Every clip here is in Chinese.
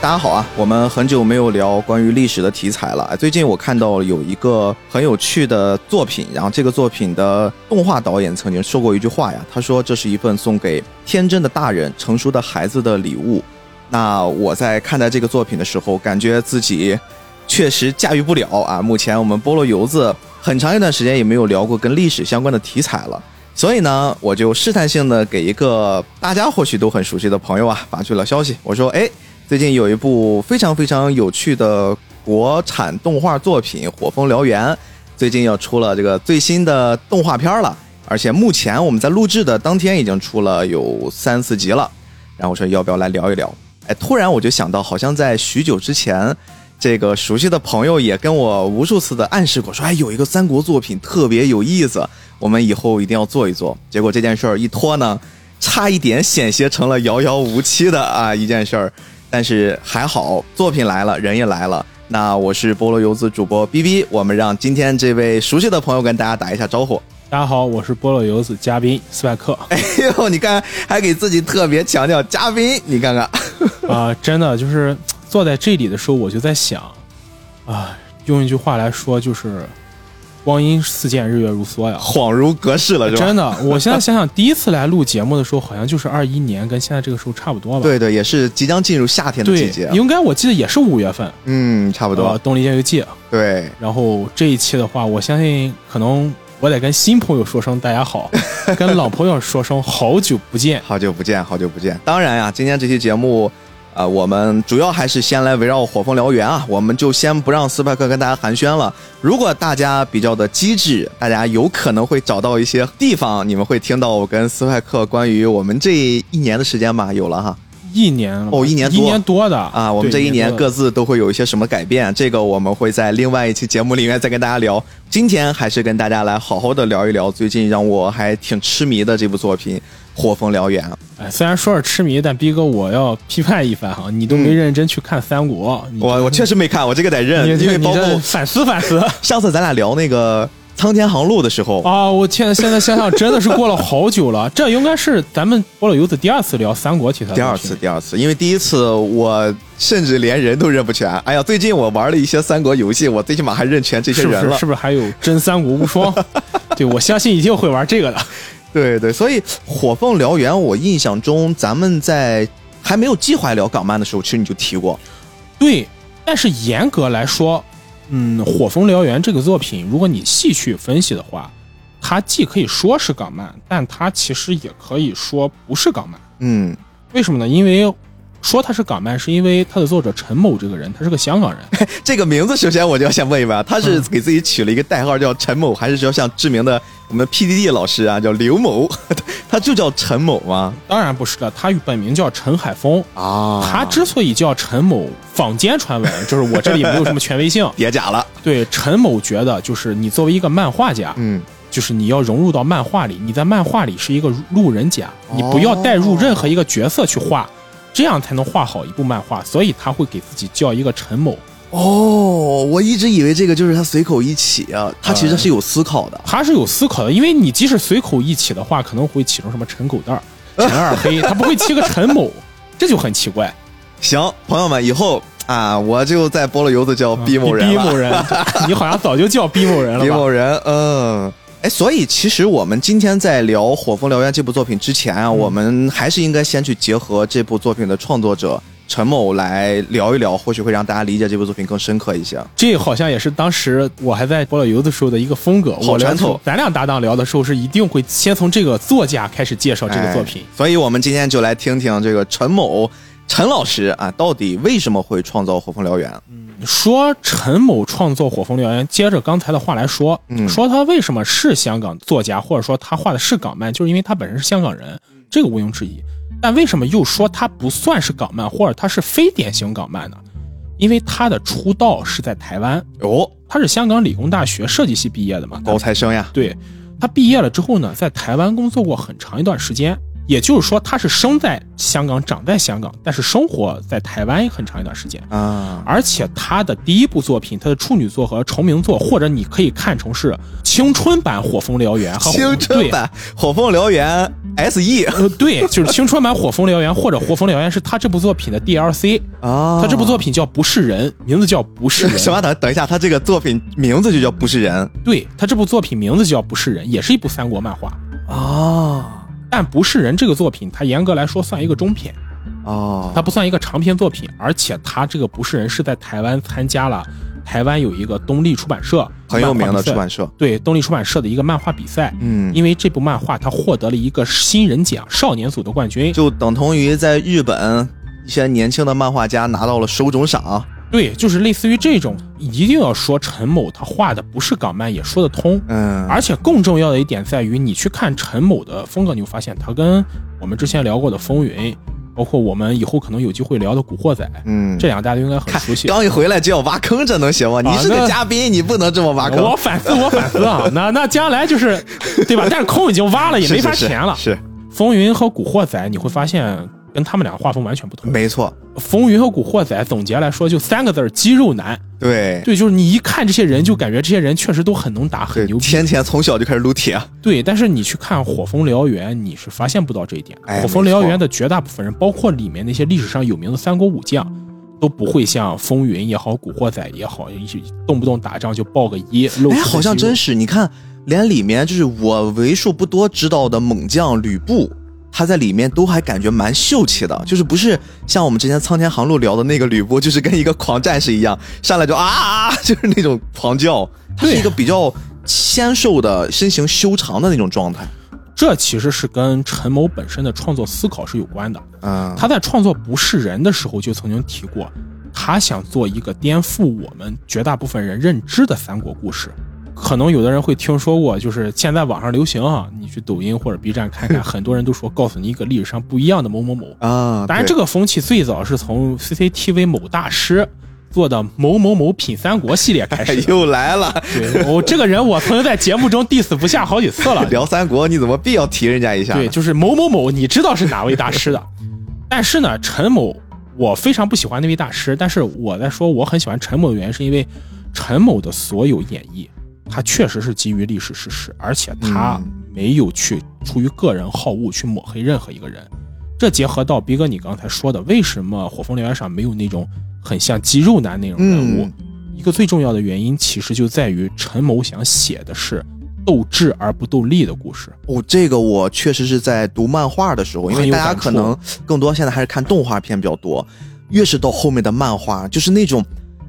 大家好啊！我们很久没有聊关于历史的题材了。哎最近我看到有一个很有趣的作品，然后这个作品的动画导演曾经说过一句话呀，他说这是一份送给天真的大人、成熟的孩子的礼物。那我在看待这个作品的时候，感觉自己确实驾驭不了啊。目前我们菠萝油子很长一段时间也没有聊过跟历史相关的题材了。所以呢，我就试探性的给一个大家或许都很熟悉的朋友啊发去了消息，我说：“哎，最近有一部非常非常有趣的国产动画作品《火风燎原》，最近要出了这个最新的动画片了，而且目前我们在录制的当天已经出了有三四集了。”然后我说：“要不要来聊一聊？”哎，突然我就想到，好像在许久之前，这个熟悉的朋友也跟我无数次的暗示过，说：“哎，有一个三国作品特别有意思，我们以后一定要做一做。”结果这件事儿一拖呢，差一点险些成了遥遥无期的啊一件事儿。但是还好，作品来了，人也来了。那我是菠萝游子主播 B B，我们让今天这位熟悉的朋友跟大家打一下招呼。大家好，我是菠萝油子嘉宾斯派克。哎呦，你看，还给自己特别强调嘉宾，你看看，啊、真的就是坐在这里的时候，我就在想，啊，用一句话来说，就是“光阴似箭，日月如梭”呀。恍如隔世 了，是吧？真的，我现在想想，第一次来录节目的时候，好像就是二一年，跟现在这个时候差不多吧。对对，也是即将进入夏天的季对，节。啊应该我记得也是五月份，嗯，差不多。呃，东篱剑游记。对，然后这一期的话，我相信可能我得跟新朋友说声大家 好，跟老朋友说声好久不见。好久不见，好久不见。当然呀、啊今天这期节目，呃，我们主要还是先来围绕《火风燎原》啊，我们就先不让斯派克跟大家寒暄了。如果大家比较的机智，大家有可能会找到一些地方，你们会听到我跟斯派克关于我们这一年的时间吧，有了哈。一年了吧哦一年多一年多的啊，我们对这一年多的各自都会有一些什么改变，这个我们会在另外一期节目里面再跟大家聊。今天还是跟大家来好好的聊一聊最近让我还挺痴迷的这部作品《火风燎原》。哎，虽然说是痴迷，但逼哥我要批判一番哈，你都没认真去看三国，你嗯我我确实没看，我这个得认你，因为包你这括反思反思上次咱俩聊那个《苍天航路》的时候，啊！我天，现在想想真的是过了好久了，这应该是咱们菠萝油子第二次聊三国题材，第二次，。第二次，因为第一次我甚至连人都认不全。哎呀，最近我玩了一些三国游戏，我最起码还认全这些是不人是了。是不是还有真三国无双？ 对，我相信一定会玩这个的。对对，所以《火凤燎原》，我印象中咱们在还没有计划聊港漫的时候，其实你就提过。对，但是严格来说，嗯，《火风燎原》这个作品，如果你细去分析的话，它既可以说是港漫，但它其实也可以说不是港漫。嗯，为什么呢？因为说他是港漫，是因为他的作者陈某这个人，他是个香港人。这个名字首先我就要先问一问啊，他是给自己取了一个代号叫陈某，还是说像知名的我们 PDD 老师啊叫刘某， 他就叫陈某吗？当然不是了，他本名叫陈海峰。啊。他之所以叫陈某，坊间传闻就是我这里没有什么权威性叠甲了。对陈某觉得，就是你作为一个漫画家，嗯，就是你要融入到漫画里，你在漫画里是一个路人甲，你不要带入任何一个角色去画，这样才能画好一部漫画。所以他会给自己叫一个陈某。哦，我一直以为这个就是他随口一起啊，他其实是有思考的。他是有思考的，因为你即使随口一起的话，可能会起成什么陈狗 蛋儿、陈二黑，他不会起个陈某， 这就很奇怪。行，朋友们，以后啊，我就在菠萝油子叫逼啊逼某人了。某人， 你好像早就叫逼某人了李某吧？人，嗯，哎，所以其实我们今天在聊《火风燎原》这部作品之前啊，嗯我们还是应该先去结合这部作品的创作者陈某来聊一聊，或许会让大家理解这部作品更深刻一些。这好像也是当时我还在菠萝油的时候的一个风格。我聊传统咱俩搭档聊的时候是一定会先从这个作家开始介绍这个作品哎。所以我们今天就来听听这个陈某陈老师啊，到底为什么会创造《火风燎原》？嗯说陈某创作《火风燎原》，接着刚才的话来说，说他为什么是香港作家，或者说他画的是港漫，就是因为他本身是香港人，这个毋庸置疑。但为什么又说他不算是港漫，或者他是非典型港漫呢？因为他的出道是在台湾，哦，他是香港理工大学设计系毕业的嘛，高材生呀，对他毕业了之后呢，在台湾工作过很长一段时间，也就是说，他是生在香港，长在香港，但是生活在台湾很长一段时间。啊，而且他的第一部作品，他的处女作和成名作，或者你可以看成是青春版《火风燎原》和青春对版《火凤燎原》SE E 呃，对，就是青春版《火风燎原》或者《火风燎原》是他这部作品的 DLC。啊他这部作品叫《不是人》，名字叫《不是人》。什么？等等一下，他这个作品名字就叫不是人对他这部作品名字就叫《不是人》，也是一部三国漫画。啊但《不是人》这个作品，它严格来说算一个中篇，哦，它不算一个长篇作品。而且它这个《不是人》是在台湾参加了台湾有一个东立出版社很有名漫画的比赛出版社，对东立出版社的一个漫画比赛。嗯，因为这部漫画，它获得了一个新人奖少年组的冠军。就等同于在日本一些年轻的漫画家拿到了手冢赏，对，就是类似于这种，一定要说陈某他画的不是港漫也说得通。嗯，而且更重要的一点在于，你去看陈某的风格，你会发现他跟我们之前聊过的《风云》，包括我们以后可能有机会聊的《古惑仔》，嗯，这两个大家都应该很熟悉。刚一回来就要挖坑，这能行吗？你是啊那个嘉宾，你不能这么挖坑我。反思，我反思啊， 那那将来就是，对吧？但是坑已经挖了，也是没法是是填了。是风云》和《古惑仔》，你会发现跟他们俩画风完全不同。没错， 《风云》和《古惑仔》总结来说就三个字儿：肌肉男。对对，就是你一看这些人，就感觉这些人确实都很能打，很牛逼。天天从小就开始撸铁，啊对，但是你去看《火风燎原》，你是发现不到这一点。哎火风燎没原》错的绝大部分人，包括里面那些历史上有名的三国武将，都不会像风云也好、古惑仔也好，一动不动打仗就爆个一，露出哎，个好像肌肉真是。你看，连里面就是我为数不多知道的猛将吕布，他在里面都还感觉蛮秀气的，就是不是像我们之前苍天航路聊的那个吕布，就是跟一个狂战士一样，上来就啊啊，啊，就是那种狂叫。他是对一个比较纤瘦的、身形修长的那种状态。这其实是跟陈某本身的创作思考是有关的。嗯，他在创作《不是人》的时候就曾经提过，他想做一个颠覆我们绝大部分人认知的三国故事。可能有的人会听说过，就是现在网上流行啊，你去抖音或者 B 站 看看，很多人都说告诉你一个历史上不一样的某某某。啊，当然，这个个风气最早是从 CCTV 某大师做的某某某品三国系列开始的。 又来 了。对，我这个人我曾经在节目中 diss 不下好几 次了，聊三国，你怎么必要提人家一下？对，，就是某某某，你知道是哪位大 师的。但是呢，陈某，我非常不喜欢那位大师。但是我在说我很喜欢陈某的原因，是因为陈某的所有演绎，他确实是基于历史事实，而且他嗯没有去出于个人好恶去抹黑任何一个人。这结合到逼哥你刚才说的，为什么《火风燎原》上没有那种很像肌肉男那种人物？嗯一个最重要的原因，其实就在于陈某想写的是斗智而不斗力的故事。哦，这个我确实是在读漫画的时候，因很为有大家感触可能更多现在还是看动画片比较多，越是到后面的漫画，就是那种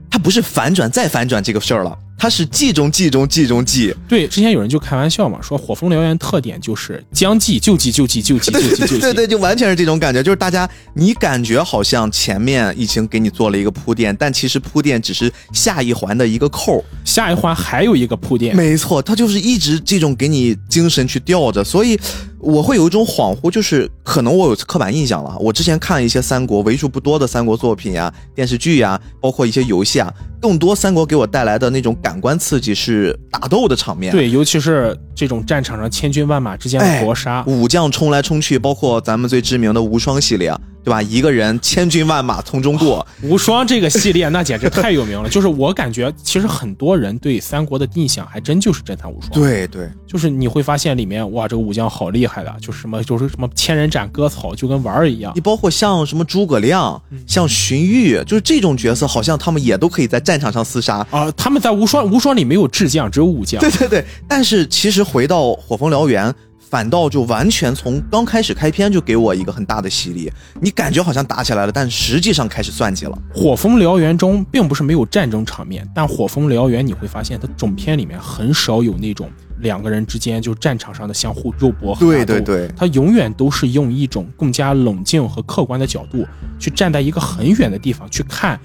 它不是反转再反转这个事儿了，它是计中计中计中计，对，之前有人就开玩笑嘛，说火风燎原特点就是将计就计就计就计就计就对计。对对，就完全是这种感觉，就是大家你感觉好像前面已经给你做了一个铺垫，但其实铺垫只是下一环的一个扣儿，下一环还有一个铺垫，没错，他就是一直这种给你精神去吊着，所以我会有一种恍惚，就是可能我有刻板印象了。我之前看一些三国为数不多的三国作品呀、啊电视剧呀、包括一些游戏啊，更多三国给我带来的那种感官刺激是打斗的场面，，对，尤其是这种战场上千军万马之间哎的搏杀，武将冲来冲去，包括咱们最知名的无双系列啊，对吧？一个人千军万马从中过，无双这个系列那简直太 有名了。就是我感觉，其实很多人对三国的印象还真就是侦探无双。，对对，就是你会发现里面哇，这个武将好厉害的，就是什么就是什么千人斩割草，就跟玩儿一样你。包括像什么诸葛亮、像荀彧，就是这种角色，好像他们也都可以在战场上厮杀，啊、他们在无双无双里没有智将，只有武将。对对对，但是其实回到《火风燎原》，反倒就完全从刚开始开篇就给我一个很大的洗礼。你感觉好像打起来了，但实际上开始算计了。 《火风燎原》中并不是没有战争场面，但《火风燎原》你会发现，它整篇里面很少有那种两个人之间就战场上的相互肉搏和对打斗对对它永远都是用一种更加冷静和客观的角度，去站在一个很远的地方去看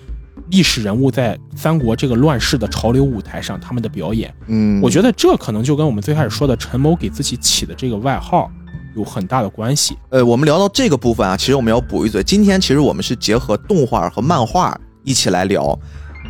历史人物在三国这个乱世的潮流舞台上他们的表演。嗯我觉得这可能就跟我们最开始说的陈某给自己起的这个外号有很大的关系。呃，我们聊到这个部分啊，其实我们要补一嘴。今天其实我们是结合动画和漫画一起来聊。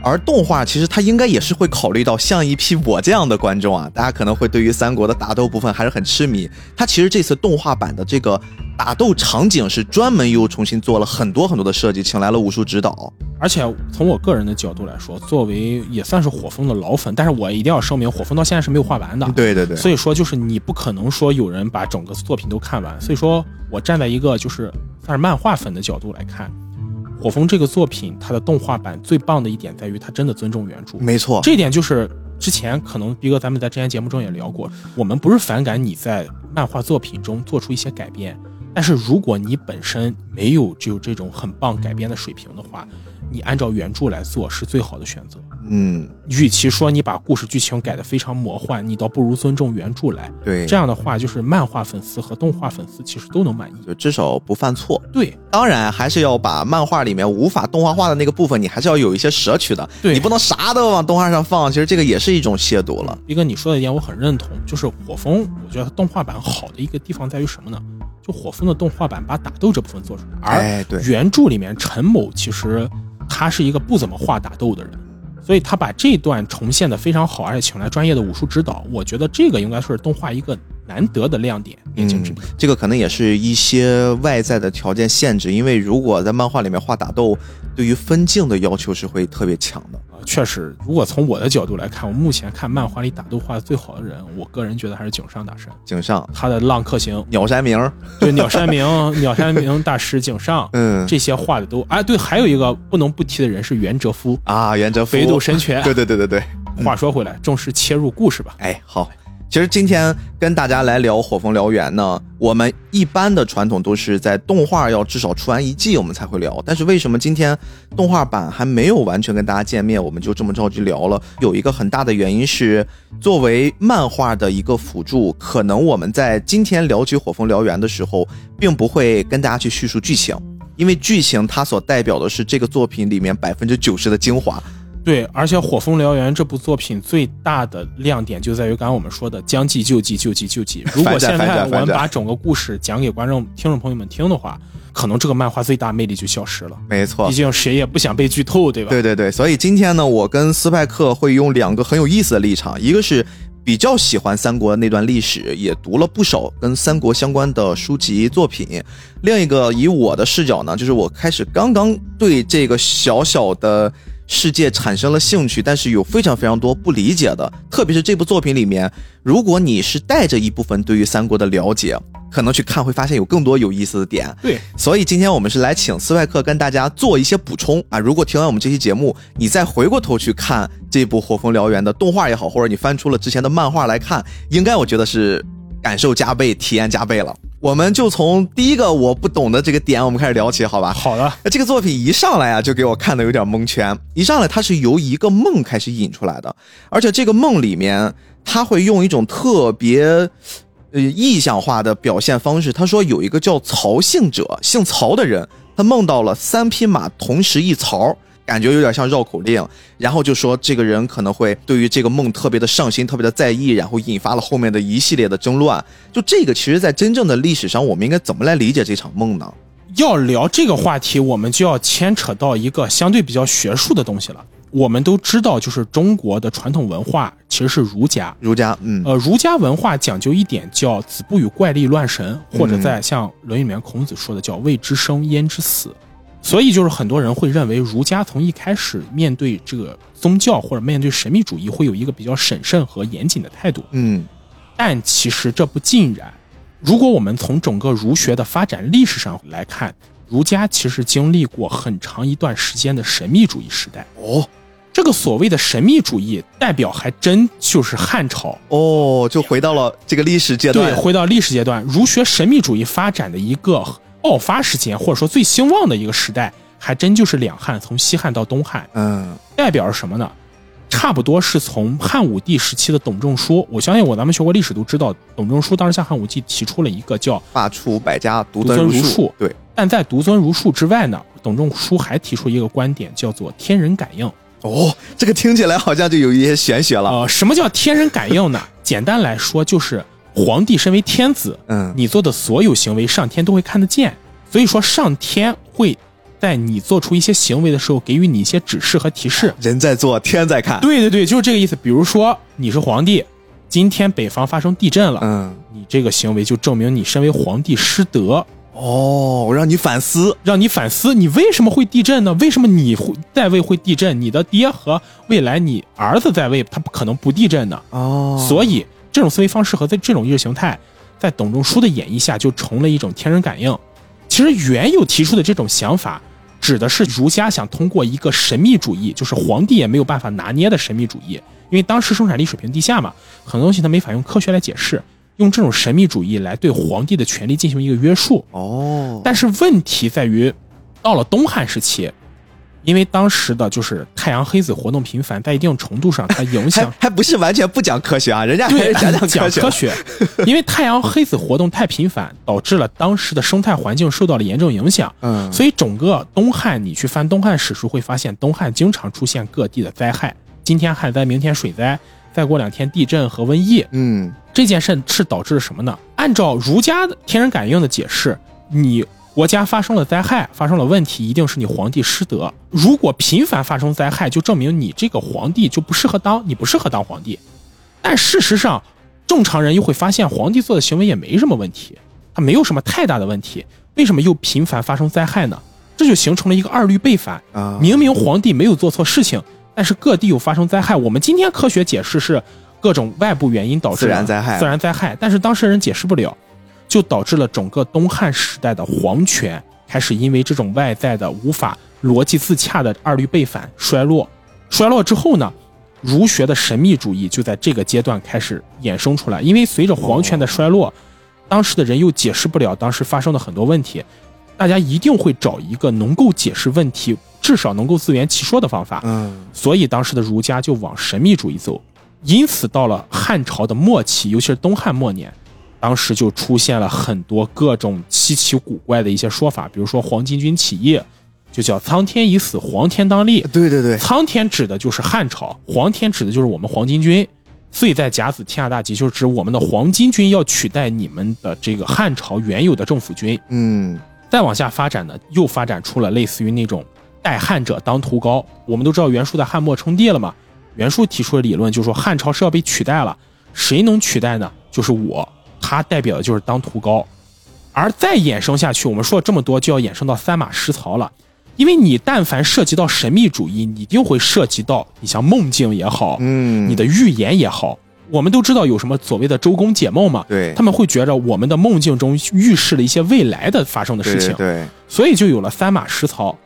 而动画其实它应该也是会考虑到像一批我这样的观众啊，大家可能会对于三国的打斗部分还是很痴迷。它其实这次动画版的这个打斗场景是专门又重新做了很多很多的设计，请来了武术指导。而且从我个人的角度来说，作为也算是火风的老粉，但是我一定要声明，火风到现在是没有画完的。对对对，所以说，就是你不可能说有人把整个作品都看完。所以说我站在一个就是算是漫画粉的角度来看，《火风》这个作品，它的动画版最棒的一点在于它真的尊重原著。没错，这一点就是之前可能逼哥咱们在之前节目中也聊过，我们不是反感你在漫画作品中做出一些改编，但是如果你本身没有只有这种很棒改编的水平的话，你按照原著来做是最好的选择。嗯，与其说你把故事剧情改得非常魔幻，你倒不如尊重原著来。对，这样的话，就是漫画粉丝和动画粉丝其实都能满意。就至少不犯错。对，当然，还是要把漫画里面无法动画化的那个部分，你还是要有一些舍取的。对你不能啥都往动画上放，其实这个也是一种亵渎了。一个你说的一点我很认同，就是火风，我觉得动画版好的一个地方在于什么呢？就火风的动画版把打斗这部分做出来，而哎，对，原著里面陈某其实他是一个不怎么画打斗的人，所以他把这段重现的非常好，而且请来专业的武术指导，我觉得这个应该是动画一个难得的亮点，年轻之笔。这个可能也是一些外在的条件限制，因为如果在漫画里面画打斗，对于分镜的要求是会特别强的。啊，确实，如果从我的角度来看，我目前看漫画里打斗画的最好的人，我个人觉得还是井上大神，井上、他的《浪客行》鸟山明，对鸟山明、鸟山明大师、井上嗯，这些画的都哎，对，还有一个不能不提的人是袁哲夫，啊，袁哲夫，肥肚神拳。对对对对对，话说回来，正式切入故事吧。哎，好。其实今天跟大家来聊《火风燎原》呢，我们一般的传统都是在动画要至少出完一季我们才会聊，但是为什么今天动画版还没有完全跟大家见面，我们就这么着急聊了？有一个很大的原因是，作为漫画的一个辅助，可能我们在今天聊起《火风燎原》的时候，并不会跟大家去叙述剧情，因为剧情它所代表的是这个作品里面百分之九十的精华。对，而且《火风燎原》这部作品最大的亮点就在于刚刚我们说的将计就计，就计就计。如果反现战反在战我们反战把整个故事讲给观众、听众朋友们听的话，可能这个漫画最大魅力就消失了。没错毕，竟谁也不想被剧透，对吧？对对对，所以今天呢，我跟斯派克会用两个很有意思的立场，一个是比较喜欢三国那段历史，也读了不少跟三国相关的书籍作品；另一个以我的视角呢，就是我开始刚刚对这个小小的。世界产生了兴趣，但是有非常非常多不理解的，特别是这部作品里面，如果你是带着一部分对于三国的了解，可能去看会发现有更多有意思的点。对，所以今天我们是来请斯派克跟大家做一些补充啊。如果听完我们这期节目，你再回过头去看这部《火风燎原》的动画也好，或者你翻出了之前的漫画来看，应该我觉得是感受加倍、体验加倍了。我们就从第一个我不懂的这个点，我们开始聊起，好吧？好的，呃那这个作品一上来啊，就给我看的有点蒙圈。一上来，它是由一个梦开始引出来的，而且这个梦里面，他会用一种特别，呃，意象化的表现方式。他说有一个叫曹姓者，姓曹的人，他梦到了三匹马同时一槽，感觉有点像绕口令。然后就说这个人可能会对于这个梦特别的上心，特别的在意，然后引发了后面的一系列的争乱。就这个，其实，在真正的历史上，我们应该怎么来理解这场梦呢？要聊这个话题，我们就要牵扯到一个相对比较学术的东西了。我们都知道，就是中国的传统文化其实是儒家，儒家，嗯，呃，儒家文化讲究一点叫“子不语怪力乱神”，或者在像《论语》里面孔子说的叫“未知生焉知死”。所以就是很多人会认为儒家从一开始面对这个宗教或者面对神秘主义会有一个比较审慎和严谨的态度，嗯。但其实这不尽然。如果我们从整个儒学的发展历史上来看，儒家其实经历过很长一段时间的神秘主义时代。哦这个所谓的神秘主义，代表还真就是汉朝。哦，就回到了这个历史阶对，段。回到历史阶段，儒学神秘主义发展的一个爆发时间，或者说最兴旺的一个时代，还真就是两汉，从西汉到东汉，嗯，代表着什么呢？差不多是从汉武帝时期的董仲舒，我相信我咱们学过历史都知道，董仲舒当时向汉武帝提出了一个叫罢黜百家，独独尊尊儒儒术对，但在独尊儒术之外呢，董仲舒还提出一个观点，叫做天人感应。哦，这个听起来好像就有一些玄学了。呃，什么叫天人感应呢？简单来说，就是皇帝身为天子，嗯，你做的所有行为，上天都会看得见。所以说，上天会在你做出一些行为的时候，给予你一些指示和提示。人在做，天在看。对对对，就是这个意思。比如说你是皇帝，今天北方发生地震了，嗯，你这个行为就证明你身为皇帝失德，哦，让你反思。让你反思你为什么会地震呢？为什么你会在位会地震？你的爹和未来你儿子在位，他不可能不地震呢。哦所以这种思维方式和在这种意识形态，在董仲舒的演绎下，就成了一种天人感应。其实原有提出的这种想法，指的是儒家想通过一个神秘主义，就是皇帝也没有办法拿捏的神秘主义，因为当时生产力水平低下嘛，很多东西他没法用科学来解释，用这种神秘主义来对皇帝的权力进行一个约束。哦，但是问题在于，到了东汉时期， 因为当时的就是太阳黑子活动频繁，在一定程度上它影还响还不是完全不讲科学啊，人家还对是讲科 讲学。科学，因为太阳黑子活动太频繁，导致了当时的生态环境受到了严重影响。嗯所以整个东汉，你去翻东汉史书，会发现东汉经常出现各地的灾害，今天旱灾，明天水灾，再过两天地震和瘟疫。嗯，这件事是导致了什么呢？按照儒家的天人感应的解释，你国家发生了灾害，发生了问题，一定是你皇帝失德。如果频繁发生灾害，就证明你这个皇帝就不适合当，你不适合当皇帝。但事实上，正常人又会发现皇帝做的行为也没什么问题，他没有什么太大的问题，为什么又频繁发生灾害呢？这就形成了一个二律背反啊明明皇帝没有做错事情，但是各地又发生灾害。我们今天科学解释是各种外部原因导致的自然灾害自然灾害，但是当事人解释不了，就导致了整个东汉时代的皇权开始因为这种外在的无法逻辑自洽的二律背反衰落。衰落之后呢，儒学的神秘主义就在这个阶段开始衍生出来，因为随着皇权哦的衰落，当时的人又解释不了当时发生的很多问题，大家一定会找一个能够解释问题，至少能够自圆其说的方法。嗯所以当时的儒家就往神秘主义走，因此到了汉朝的末期，尤其是东汉末年，当时就出现了很多各种稀奇古怪的一些说法，比如说黄巾军起义，就叫苍天已死，黄天当立。对对对，苍天指的就是汉朝，黄天指的就是我们黄巾军。岁在甲子，天下大吉，就是指我们的黄巾军要取代你们的这个汉朝原有的政府军。嗯再往下发展呢，又发展出了类似于那种“代汉者当涂膏”。我们都知道袁术在汉末称帝了嘛，袁术提出的理论就是说汉朝是要被取代了，谁能取代呢？就是我，他代表的就是当涂膏。而再衍生下去，我们说了这么多，就要衍生到三马十槽了。因为你但凡涉及到神秘主义，你一定会涉及到你像梦境也好，嗯，你的预言也好，我们都知道有什么所谓的周公解梦嘛，对他们会觉着我们的梦境中预示了一些未来的发生的对事情，对对，所以就有了三马十槽。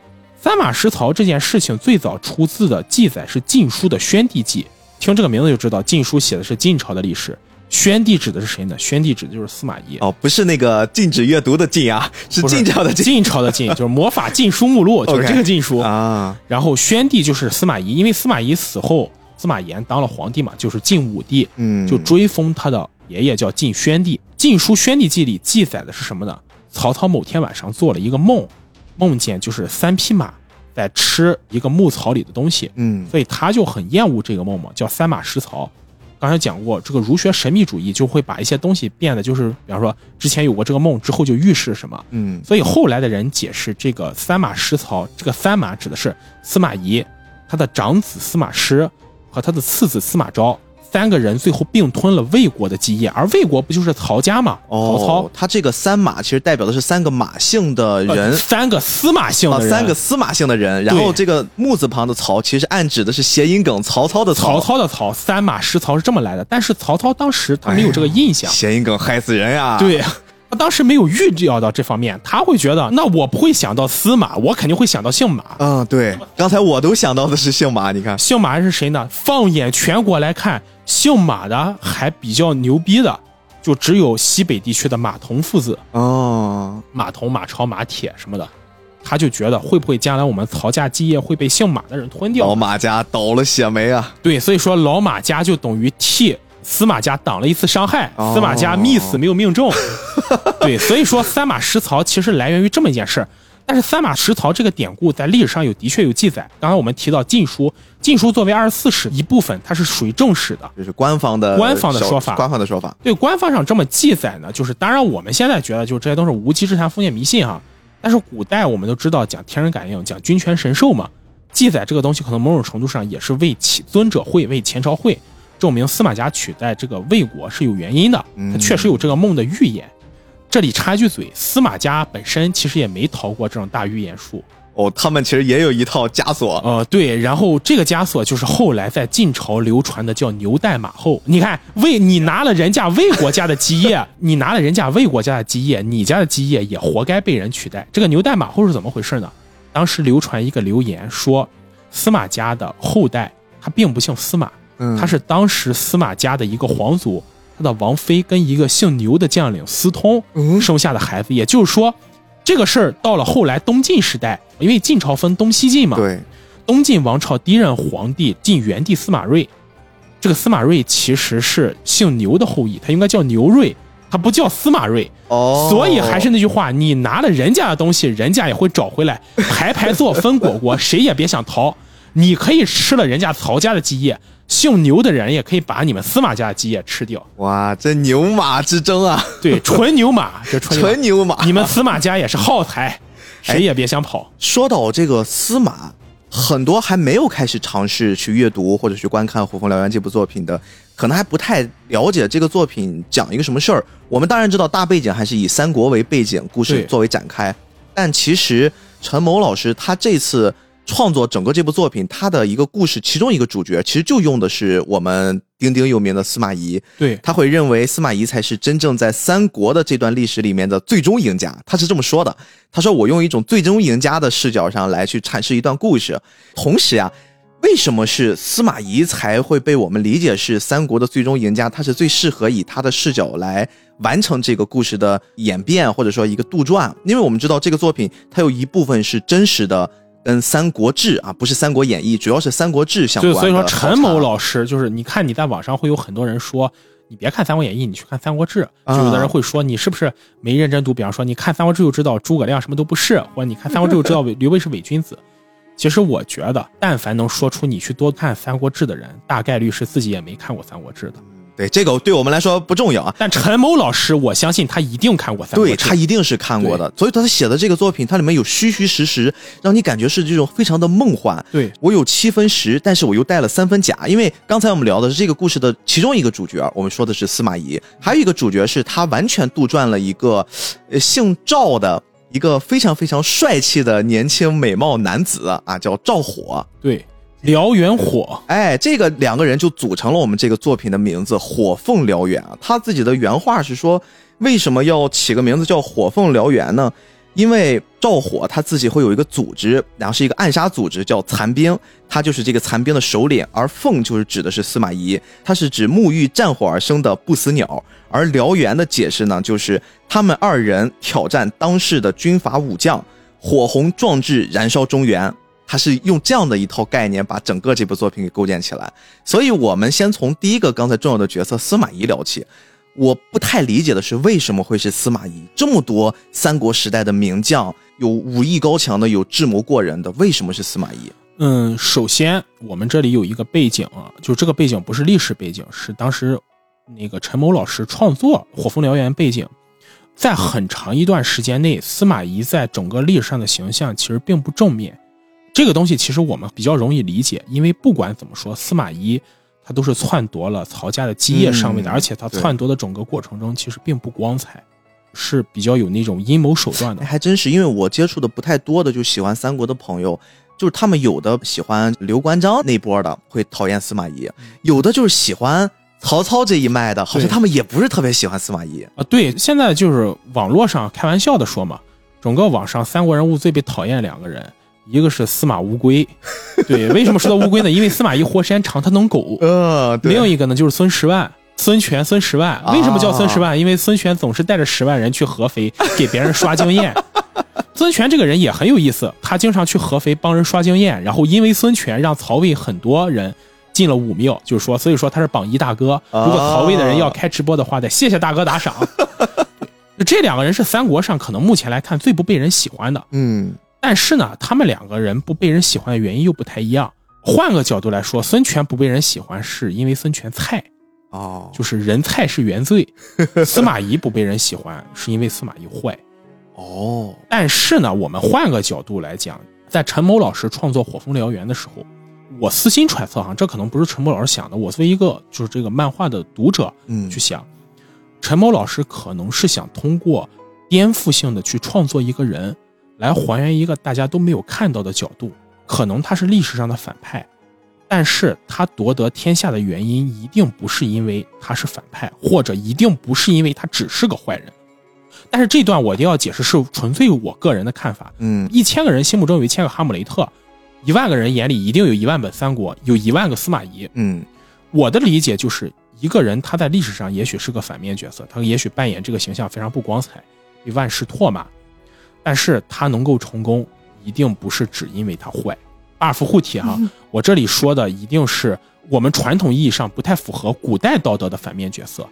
三马十槽这件事情最早出自的记载是《晋书》的《宣帝纪》，听这个名字就知道，《晋书》写的是晋朝的历史。宣帝指的是谁呢？宣帝指的就是司马懿。哦，不是那个禁止阅读的禁啊，是不是禁教的禁晋朝的晋就是魔法《晋书》目录，就是 OK 这个《晋书》啊，然后宣帝就是司马懿，因为司马懿死后，司马炎当了皇帝嘛，就是晋武帝，嗯就追封他的爷爷叫晋宣帝。《晋书·宣帝纪》里记载的是什么呢？曹操某天晚上做了一个梦，梦见就是三匹马在吃一个牧草里的东西，嗯所以他就很厌恶这个梦嘛，叫三马食槽。刚才讲过，这个儒学神秘主义就会把一些东西变得就是，比方说之前有过这个梦，之后就预示什么，嗯所以后来的人解释这个三马食槽，这个三马指的是司马懿、他的长子司马师和他的次子司马昭三个人最后并吞了魏国的基业，而魏国不就是曹家嘛？曹操哦，、他这个三马其实代表的是三个马性的呃人。三个司马姓啊，的人，三个司马姓的人，然后这个木字旁的曹，其实暗指的是谐音梗曹操的曹操的曹，三马食槽是这么来的。但是曹操当时他没有这个印象，谐音梗害死人呀！，对。他当时没有预料到这方面，他会觉得，那我不会想到司马，我肯定会想到姓马。嗯，对，刚才我都想到的是姓马，你看，姓马是谁呢？放眼全国来看，姓马的还比较牛逼的，就只有西北地区的马童父子，哦，马童、马超、马铁什么的。他就觉得会不会将来我们曹家基业会被姓马的人吞掉老？哦马家倒了血霉啊！对，所以说老马家就等于替司马家挡了一次伤害，哦司马家密死没有命中。对，所以说三马食槽其实来源于这么一件事儿。但是三马食槽这个典故在历史上有的确有记载。刚才我们提到《晋书》，《晋书》作为二十四史一部分，它是属于正史的。这是官方的官方的说法官方的说法。对官方上这么记载呢，就是当然我们现在觉得就是这些都是无稽之谈、封建迷信哈。但是古代我们都知道讲天人感应，讲君权神授嘛，记载这个东西可能某种程度上也是为其尊者讳，为前朝讳，证明司马家取代这个魏国是有原因的，他确实有这个梦的预言。这里插一句嘴，司马家本身其实也没逃过这种大预言术。哦，他们其实也有一套枷锁，呃，对，然后这个枷锁就是后来在晋朝流传的，叫牛带马后。你看，魏你拿了人家魏国家的基业，你拿了人家魏国家的基业，你家的基业也活该被人取代。这个牛带马后是怎么回事呢？当时流传一个流言说，司马家的后代他并不姓司马，嗯他是当时司马家的一个皇族，他的王妃跟一个姓牛的将领私通嗯生下的孩子。也就是说，这个事儿到了后来东晋时代，因为晋朝分东西晋嘛，对，东晋王朝第一任皇帝晋元帝司马睿，这个司马睿其实是姓牛的后裔，他应该叫牛睿，他不叫司马睿。哦，所以还是那句话，你拿了人家的东西，人家也会找回来。排排坐，分果果，谁也别想逃。你可以吃了人家曹家的基业，姓牛的人也可以把你们司马家的基业吃掉。哇，这牛马之争啊，对，纯牛马，这纯牛纯牛马马，。你们司马家也是耗材，谁也别想跑。说到这个司马，很多还没有开始尝试去阅读或者去观看《胡风燎原》这部作品的，可能还不太了解这个作品讲一个什么事儿。我们当然知道大背景还是以三国为背景，故事对作为展开，但其实陈谋老师他这次创作整个这部作品，他的一个故事，其中一个主角其实就用的是我们鼎鼎有名的司马懿。 对，他会认为司马懿才是真正在三国的这段历史里面的最终赢家，他是这么说的。他说：“我用一种最终赢家的视角上来去阐释一段故事，同时啊，为什么是司马懿才会被我们理解是三国的最终赢家？他是最适合以他的视角来完成这个故事的演变，或者说一个杜撰。因为我们知道这个作品，它有一部分是真实的。”跟《三国志》啊，不是《三国演义》，主要是《三国志》相就关是的。啊所以说，陈某老师就是你看你在网上会有很多人说，你别看《三国演义》，你去看《三国志》，啊就有的人会说你是不是没认真读？比方说，你看《三国志》就知道诸葛亮什么都不是，或者你看《三国志》就知道 刘备是伪君子。其实我觉得，但凡能说出你去多看《三国志》的人，大概率是自己也没看过《三国志》的。对这个对我们来说不重要啊，但陈某老师，我相信他一定看过《三国对志》。他一定是看过的，所以他写的这个作品，它里面有虚虚实实，让你感觉是这种非常的梦幻。对我有七分实，但是我又带了三分假，因为刚才我们聊的是这个故事的其中一个主角，我们说的是司马懿，还有一个主角是他完全杜撰了一个，呃，姓赵的一个非常非常帅气的年轻美貌男子啊，叫赵火。对，燎原火，哎，这个两个人就组成了我们这个作品的名字《火凤燎原》啊。他自己的原话是说，为什么要起个名字叫《火凤燎原》呢？因为赵火他自己会有一个组织，然后是一个暗杀组织，叫残兵，他就是这个残兵的首领。而凤就是指的是司马懿，他是指沐浴战火而生的不死鸟。而燎原的解释呢，就是他们二人挑战当世的军阀武将，火红壮志燃烧中原。他是用这样的一套概念把整个这部作品给构建起来。所以，我们先从第一个刚才重要的角色司马懿聊起。我不太理解的是，为什么会是司马懿？这么多三国时代的名将，有武艺高强的，有智谋过人的，为什么是司马懿？嗯，首先我们这里有一个背景啊，就这个背景不是历史背景，是当时那个陈某老师创作《火风燎原》背景。在很长一段时间内，司马懿在整个历史上的形象其实并不正面。这个东西其实我们比较容易理解，因为不管怎么说，司马懿他都是篡夺了曹家的基业上位嗯的，而且他对篡夺的整个过程中其实并不光彩，是比较有那种阴谋手段的哎，。还真是，因为我接触的不太多的，就喜欢三国的朋友，就是他们有的喜欢刘关张那波的，会讨厌司马懿；有的就是喜欢曹操这一脉的，好像嗯对他们也不是特别喜欢司马懿。啊，对，现在就是网络上开玩笑的说嘛，整个网上三国人物最被讨厌两个人，一个是司马乌龟， 对，为什么说到乌龟呢？因为司马懿活时间长，他能苟。呃，另一个呢就是孙十万。孙权，孙十万，为什么叫孙十万？因为孙权总是带着十万人去合肥给别人刷经验。孙权这个人也很有意思，他经常去合肥帮人刷经验，然后因为孙权让曹魏很多人进了武庙，就是说，所以说他是榜一大哥。如果曹魏的人要开直播的话，得谢谢大哥打赏。就这两个人是三国上可能目前来看最不被人喜欢的，嗯，但是呢，他们两个人不被人喜欢的原因又不太一样。换个角度来说，孙权不被人喜欢是因为孙权菜，哦，就是人菜是原罪；司马懿不被人喜欢是因为司马懿坏。哦，但是呢，我们换个角度来讲，在陈某老师创作《火风燎原》的时候，我私心揣测哈，这可能不是陈某老师想的，我作为一个就是这个漫画的读者嗯去想，陈某老师可能是想通过颠覆性的去创作一个人，来还原一个大家都没有看到的角度。可能他是历史上的反派，但是他夺得天下的原因一定不是因为他是反派，或者一定不是因为他只是个坏人。但是这段我一定要解释，是纯粹我个人的看法。嗯一千个人心目中有一千个哈姆雷特，一万个人眼里一定有一万本三国，有一万个司马懿。嗯我的理解就是，一个人他在历史上也许是个反面角色，他也许扮演这个形象非常不光彩，被万世唾骂，但是他能够成功，一定不是只因为他坏。buff 护体哈，我这里说的一定是我们传统意义上不太符合古代道德的反面角色。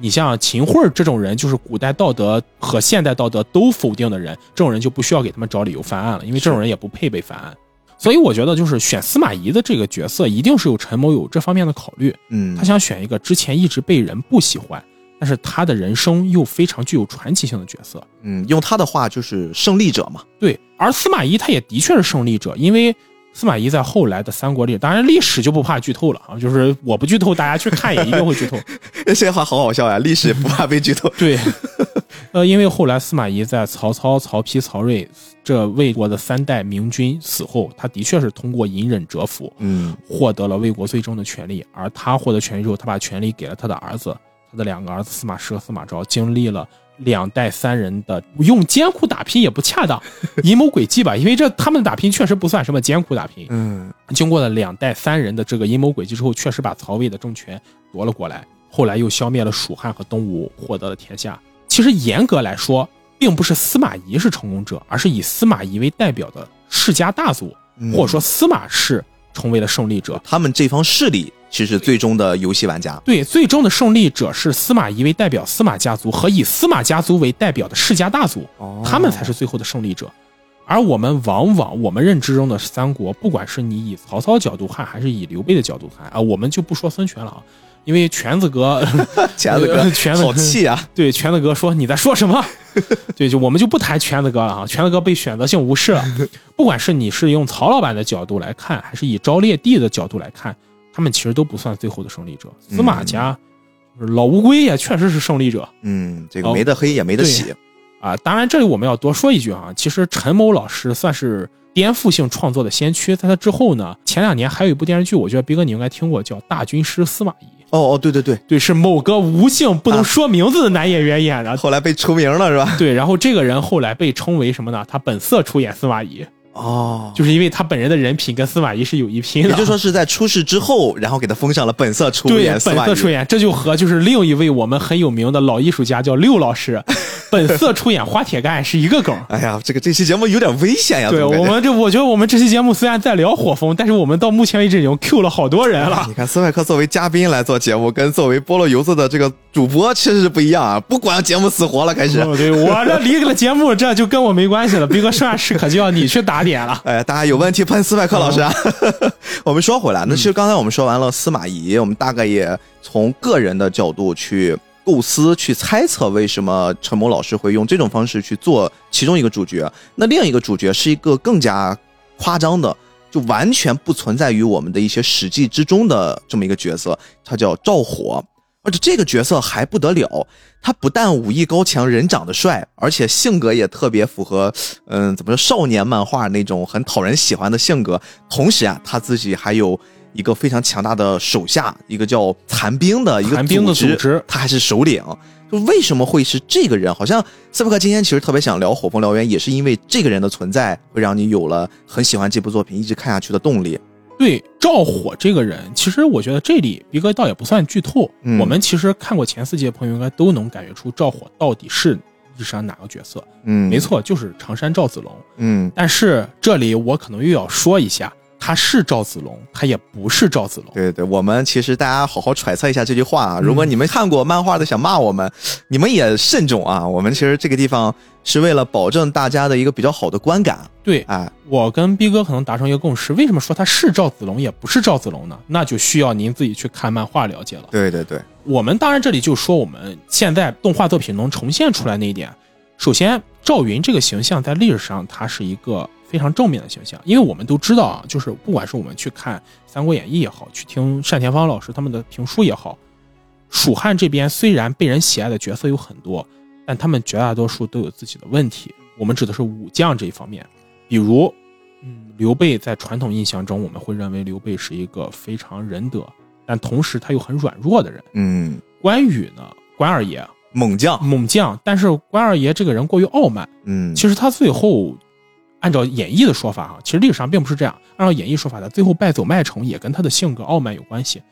你像秦桧儿这种人，就是古代道德和现代道德都否定的人，这种人就不需要给他们找理由翻案了，因为这种人也不配被翻案。所以我觉得，就是选司马懿的这个角色，一定是有陈某有这方面的考虑。嗯，他想选一个之前一直被人不喜欢，但是他的人生又非常具有传奇性的角色。嗯，用他的话就是胜利者嘛， 对，而司马懿他也的确是胜利者，因为司马懿在后来的三国里，当然历史就不怕剧透了啊，就是我不剧透，大家去看也一定会剧透。这话好好笑呀、历史也不怕被剧透。 对，呃，因为后来司马懿在曹操、曹丕、曹睿这魏国的三代明君死后，他的确是通过隐忍蛰伏，嗯获得了魏国最终的权利。而他获得权利之后，他把权利给了他的儿子，他的两个儿子司马师和司马昭，经历了两代三人的用艰苦打拼也不 恰当，阴谋诡计吧，因为这他们的打拼确实不算什么艰苦打拼。嗯经过了两代三人的这个阴谋诡计之后，确实把曹魏的政权夺了过来。后来又消灭了蜀汉和东吴，获得了天下。其实严格来说，并不是司马懿是成功者，而是以司马懿为代表的世家大族，嗯或者说司马氏成为了胜利者。他们这方势力其实最终的游戏玩家。对，最终的胜利者是司马懿为代表司马家族和以司马家族为代表的世家大族，哦他们才是最后的胜利者。而我们往往我们认知中的三国，不管是你以曹操角度看，还是以刘备的角度看啊，我们就不说孙权了啊，因为全子哥钳子哥，呃钳子好气 啊！对全子哥说：“你在说什么？”对，就我们就不谈全子哥了啊，全子哥被选择性无视了。不管是你是用曹老板的角度来看，还是以昭烈帝的角度来看，他们其实都不算最后的胜利者。司马家、就是老乌龟也确实是胜利者嗯，这个哦没得黑也没得洗。啊。当然，这里我们要多说一句啊，其实陈某老师算是颠覆性创作的先驱。在他之后呢，前两年还有一部电视剧，我觉得斌哥你应该听过，叫《大军师司马懿》。哦哦，对对对，对，是某个无姓不能说名字的男演 员演的，后来被出名了是吧？ 对，然后这个人后来被称为什么呢？他本色出演司马懿，哦，就是因为他本人的人品跟司马懿是有一拼也的。就是说是在出事之后，然后给他封上了本色出对演司本马色出懿。演，这就和就是另一位我们很有名的老艺术家叫六 老师，本色出演花铁干是一个梗。哎呀，这个这期节目有点危险呀！对怎么感我觉们这，我觉得我们这期节目虽然在聊火风，但是我们到目前为止已经 Q 了好多人 了。你看斯派克作为嘉宾来做节目，跟作为菠萝油子的这个主播确实是不一样啊！不管节目死活了，开始。哦对我这离了节目，这就跟我没关系了。斌哥，剩下事可就要你去打点了。哎，大家有问题喷斯派克老师啊！ 我们说回来，那其实刚才我们说完了司马懿，我们大概也从个人的角度去构思、去猜测为什么陈某老师会用这种方式去做其中一个主角。那另一个主角是一个更加夸张的，就完全不存在于我们的一些史记之中的这么一个角色，他叫赵火。而且这个角色还不得了，他不但武艺高强，人长得帅，而且性格也特别符合，嗯，怎么说少年漫画那种很讨人喜欢的性格。同时啊，他自己还有一个非常强大的手下，一个叫残兵的一个残兵的组织他还是首领。就为什么会是这个人？好像斯派克今天其实特别想聊《火风燎原》，也是因为这个人的存在，会让你有了很喜欢这部作品一直看下去的动力。对赵火这个人，其实我觉得这里逼哥倒也不算剧透。嗯我们其实看过前四季的朋友应该都能感觉出赵火到底是历史上哪个角色。嗯，没，错，就是常山赵子龙。嗯但是这里我可能又要说一下，他是赵子龙，他也不是赵子龙。对对对，我们其实大家好好揣测一下这句话啊。如果你们看过漫画的想骂我们，你们也慎重啊。我们其实这个地方是为了保证大家的一个比较好的观感。对哎，我跟逼哥可能达成一个共识，为什么说他是赵子龙也不是赵子龙呢？那就需要您自己去看漫画了解了。对对对，我们当然这里就说我们现在动画作品能重现出来那一点，首先，赵云这个形象在历史上他是一个非常正面的形象，因为我们都知道啊，就是不管是我们去看《三国演义》也好，去听单田芳老师他们的评书也好，蜀汉这边虽然被人喜爱的角色有很多，但他们绝大多数都有自己的问题。我们指的是武将这一方面，比如，嗯，刘备在传统印象中，我们会认为刘备是一个非常仁德，但同时他又很软弱的人。嗯，关羽呢，关二爷猛将，猛将，但是关二爷这个人过于傲慢。嗯，其实他最后，按照演义的说法哈，啊其实历史上并不是这样。按照演义说法，他最后败走麦城也跟他的性格傲慢有关系。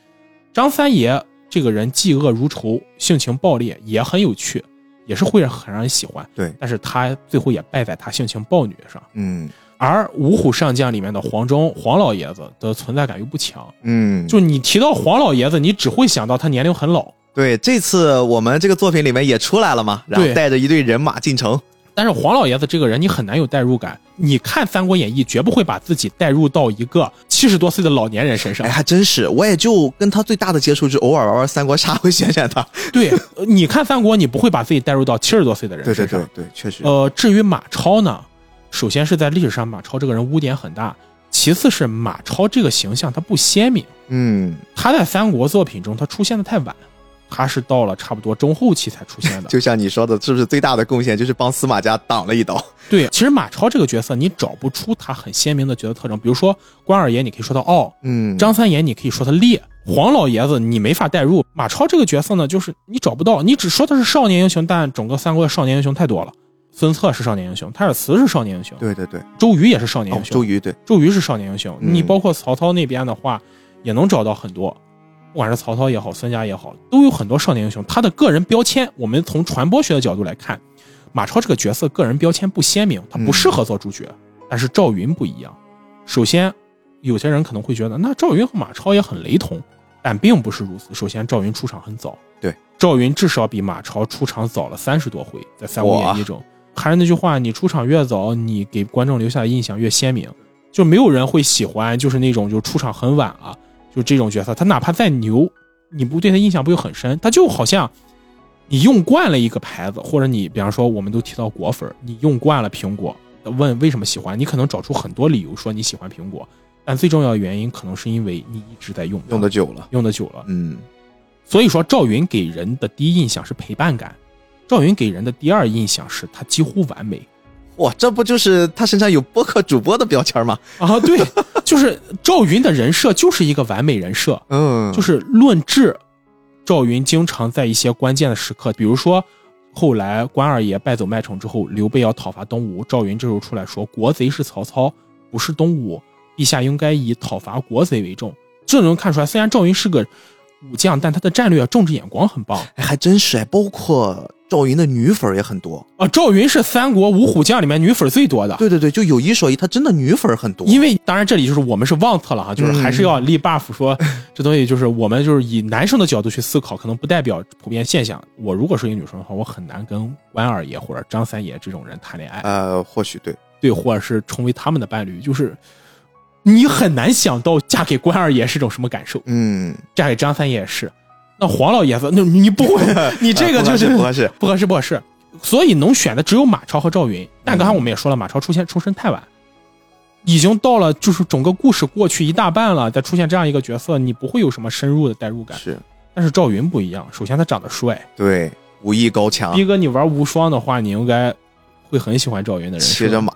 张三爷这个人嫉恶如仇，性情暴烈，也很有趣，也是会很让人喜欢。对但是他最后也败在他性情暴虐上。嗯而五虎上将里面的黄忠黄老爷子的存在感又不强，嗯，就你提到黄老爷子，你只会想到他年龄很老，对，这次我们这个作品里面也出来了嘛，然后对带着一队人马进城，但是黄老爷子这个人，你很难有代入感。你看《三国演义》，绝不会把自己代入到一个七十多岁的老年人身上 哎，。还真是，我也就跟他最大的接触就偶尔玩玩三国杀，会选选他。对，呃你看三国，你不会把自己代入到七十多岁的人身上。 对，确实，呃，至于马超呢，首先是在历史上马超这个人污点很大，其次是马超这个形象他不鲜明，嗯，他在三国作品中他出现的太晚，他是到了差不多中后期才出现的。就像你说的，是不是最大的贡献就是帮司马家挡了一刀？对，其实马超这个角色你找不出他很鲜明的角色特征，比如说关二爷，你可以说哦他傲，嗯张三爷你可以说他烈，黄老爷子你没法代入。马超这个角色呢，就是你找不到，你只说他是少年英雄，但整个三国的少年英雄太多了。孙策是少年英雄，泰尔茨是少年英雄，对对对，周瑜也是少年哦英，雄，周瑜对，周瑜是少年英雄。嗯你包括曹操那边的话，也能找到很多，不管是曹操也好，孙家也好，都有很多少年英雄。他的个人标签，我们从传播学的角度来看，马超这个角色个人标签不鲜明，他不嗯适合做主角。但是赵云不一样，首先，有些人可能会觉得，那赵云和马超也很雷同，但并不是如此。首先，赵云出场很早，对，赵云至少比马超出场早了三十多回，在《三国演义》中。还是那句话，你出场越早，你给观众留下的印象越鲜明。就没有人会喜欢，就是那种就出场很晚了，就这种角色，他哪怕再牛，你不对他印象不会很深，他就好像你用惯了一个牌子，或者你比方说我们都提到果粉儿，你用惯了苹果，问为什么喜欢，你可能找出很多理由说你喜欢苹果，但最重要的原因可能是因为你一直在用它用的久了，用的久了，嗯所以说赵云给人的第一印象是陪伴感，赵云给人的第二印象是他几乎完美。哇，这不就是他身上有播客主播的标签吗？啊，对， 就是赵云的人设就是一个完美人设，嗯就是论智，赵云经常在一些关键的时刻，比如说后来关二爷败走麦城之后，刘备要讨伐东吴，赵云这时候出来说：“国贼是曹操，不是东吴，陛下应该以讨伐国贼为重。”这能看出来，虽然赵云是个武将，但他的战略、政治眼光很棒哎，还真是哎，包括赵云的女粉儿也很多。啊。赵云是三国五虎将里面女粉最多的。对对对，就有一说一，他真的女粉儿很多。因为当然这里就是我们是忘测了哈，就是还是要立 buff 说、 这东西就是我们就是以男生的角度去思考，可能不代表普遍现象。我如果是一个女生的话，我很难跟关二爷或者张三爷这种人谈恋爱，呃，或许对，对，或者是成为他们的伴侣，就是你很难想到嫁给关二爷是种什么感受，嗯，嫁给张三爷也是。那黄老爷子，那你不会，你这个呃不合就是适不合适。不合适，不合适。所以能选的只有马超和赵云。但刚才我们也说了，马超出现出身太晚，已经到了就是整个故事过去一大半了，再出现这样一个角色，你不会有什么深入的代入感。是，但是赵云不一样，首先他长得帅，对，武艺高强，逼哥你玩无双的话，你应该会很喜欢赵云的人设骑，着马，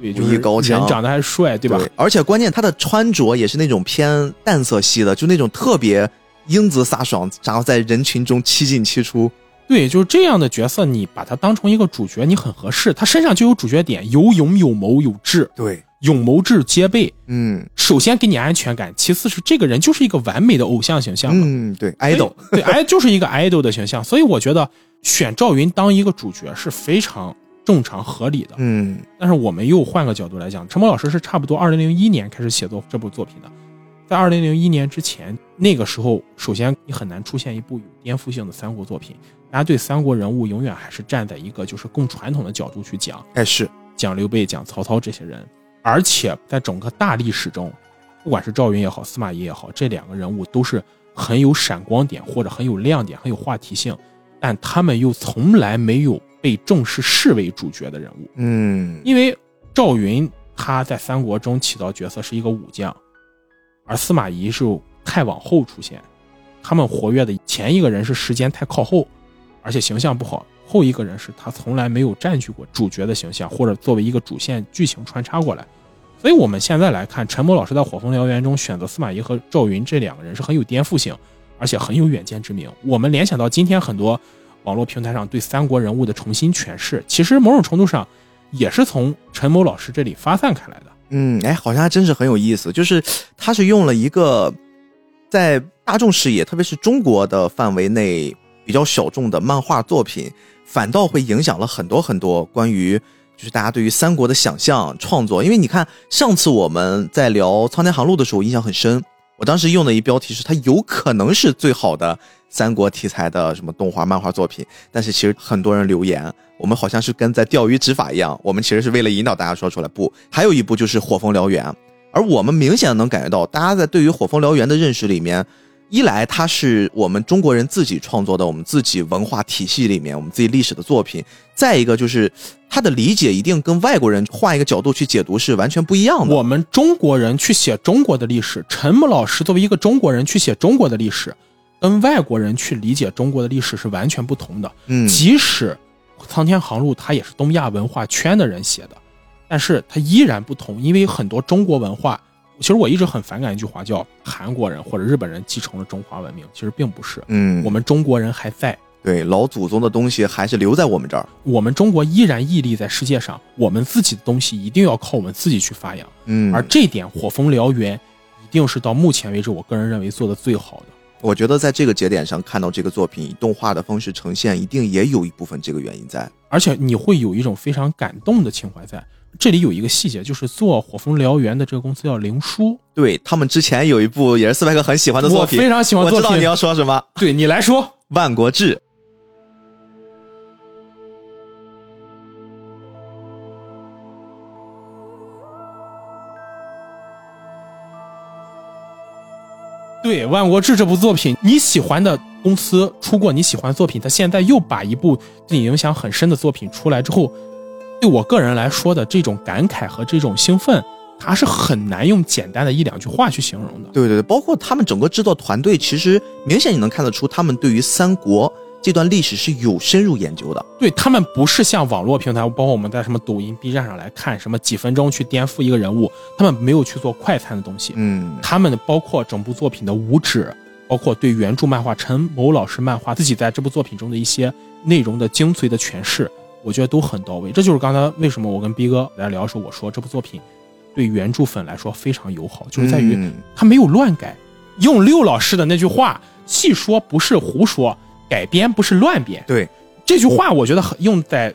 对，武就艺是高强人长得还帅，对吧？而且关键他的穿着也是那种偏淡色系的，就那种特别英姿飒爽，然后在人群中七进七出。对，就是这样的角色，你把他当成一个主角，你很合适，他身上就有主角点，有勇有谋有智，对，勇谋智皆备。嗯首先给你安全感，其次是这个人就是一个完美的偶像形象嘛、嗯，对，idol，对，哎，就是一个 idol 的形象，所以我觉得选赵云当一个主角是非常正常合理的。嗯但是我们又换个角度来讲，陈默老师是差不多二零零一年开始写作这部作品的，在二零零一年之前，那个时候首先你很难出现一部有颠覆性的三国作品，大家对三国人物永远还是站在一个就是更传统的角度去讲，哎是，讲刘备、讲曹操这些人，而且在整个大历史中，不管是赵云也好，司马懿也好，这两个人物都是很有闪光点或者很有亮点、很有话题性。但他们又从来没有被正式视为主角的人物，嗯因为赵云他在三国中起到角色是一个武将，而司马懿是太往后出现，他们活跃的前一个人是时间太靠后，而且形象不好，后一个人是他从来没有占据过主角的形象，或者作为一个主线剧情穿插过来。所以我们现在来看，陈某老师在《火凤燎原》中选择司马懿和赵云这两个人是很有颠覆性，而且很有远见之明。我们联想到今天很多网络平台上对三国人物的重新诠释，其实某种程度上也是从陈某老师这里发散开来的。嗯，哎，好像还真是很有意思，就是他是用了一个在大众视野，特别是中国的范围内比较小众的漫画作品，反倒会影响了很多很多关于就是大家对于三国的想象创作。因为你看，上次我们在聊《苍天航路》的时候，我印象很深，我当时用的一标题是它有可能是最好的三国题材的什么动画漫画作品，但是其实很多人留言，我们好像是跟在钓鱼执法一样，我们其实是为了引导大家说出来。不，还有一部就是《火风燎原》，而我们明显能感觉到，大家在对于《火风燎原》的认识里面，一来它是我们中国人自己创作的，我们自己文化体系里面，我们自己历史的作品；再一个就是它的理解一定跟外国人换一个角度去解读是完全不一样的。我们中国人去写中国的历史，陈某老师作为一个中国人去写中国的历史，跟外国人去理解中国的历史是完全不同的。嗯即使《苍天航路》它也是东亚文化圈的人写的，但是它依然不同，因为很多中国文化，其实我一直很反感一句话叫“韩国人或者日本人继承了中华文明”，其实并不是，嗯，我们中国人还在，对老祖宗的东西还是留在我们这儿。我们中国依然屹立在世界上，我们自己的东西一定要靠我们自己去发扬，嗯，而这点《火风燎原》一定是到目前为止我个人认为做的最好的。我觉得在这个节点上看到这个作品以动画的方式呈现，一定也有一部分这个原因在。而且你会有一种非常感动的情怀在。这里有一个细节，就是做《火风燎原》的这个公司叫灵书，对他们之前有一部也是四百个很喜欢的作我品，非常喜欢我作知道品你。要说什么，《对你来说，万国志》。对《万国志》这部作品，你喜欢的公司出过你喜欢的作品，他现在又把一部对你影响很深的作品出来之后，对我个人来说的这种感慨和这种兴奋，它是很难用简单的一两句话去形容的。对对对，包括他们整个制作团队，其实明显你能看得出，他们对于三国这段历史是有深入研究的。对他们不是像网络平台，包括我们在什么抖音、B 站上来看，什么几分钟去颠覆一个人物，他们没有去做快餐的东西。嗯，他们的包括整部作品的五指，包括对原著漫画陈某老师漫画自己在这部作品中的一些内容的精髓的诠释，我觉得都很到位。这就是刚才为什么我跟逼哥来聊的时候，我说这部作品对原著粉来说非常友好，就是在于嗯它没有乱改。用六老师的那句话，细说不是胡说，改编不是乱编。对，这句话我觉得很用在《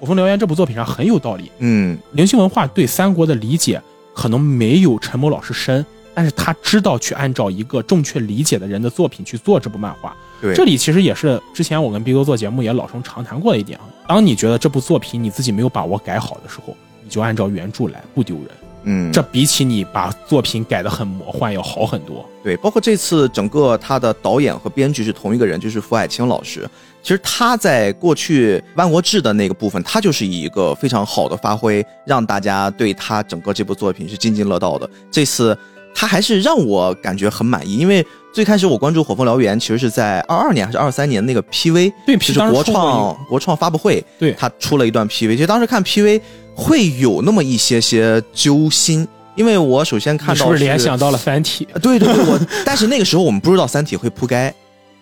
火风燎原》这部作品上很有道理。嗯，灵性文化对三国的理解可能没有陈某老师深，但是他知道去按照一个正确理解的人的作品去做这部漫画。对，这里其实也是之前我跟逼哥做节目也老生常谈过的一点啊。当你觉得这部作品你自己没有把握改好的时候，你就按照原著来，不丢人。嗯，这比起你把作品改得很魔幻要好很多。对，包括这次整个他的导演和编剧是同一个人，就是傅海清老师。其实他在过去《万国志》的那个部分，他就是以一个非常好的发挥，让大家对他整个这部作品是津津乐道的。这次他还是让我感觉很满意，因为最开始我关注《火凤燎原》，其实是在二二年还是二三年那个 PV，对就是当时国出过一创国创发布会，对他出了一段 PV，其实当时看 PV 会有那么一些些揪心。因为我首先看你到呃是不是联想到了《三体》？ 对对对，我但是那个时候我们不知道《三体》会铺盖，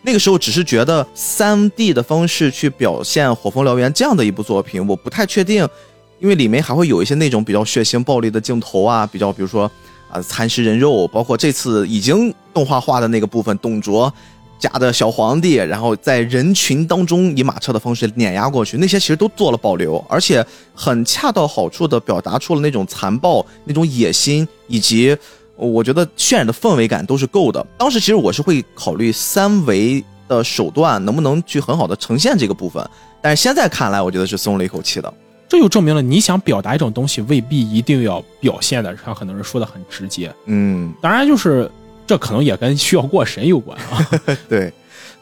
那个时候只是觉得三 D 的方式去表现《火风燎原》这样的一部作品，我不太确定，因为里面还会有一些那种比较血腥暴力的镜头啊，比较比如说啊、蚕食人肉，包括这次已经动画化的那个部分，董卓。假的小皇帝，然后在人群当中以马车的方式碾压过去，那些其实都做了保留，而且很恰到好处的表达出了那种残暴、那种野心，以及我觉得渲染的氛围感都是够的。当时其实我是会考虑三维的手段能不能去很好的呈现这个部分，但是现在看来，我觉得是松了一口气的。这就证明了你想表达一种东西，未必一定要表现的像很多人说的很直接。嗯，当然，就是这可能也跟需要过审有关啊。对，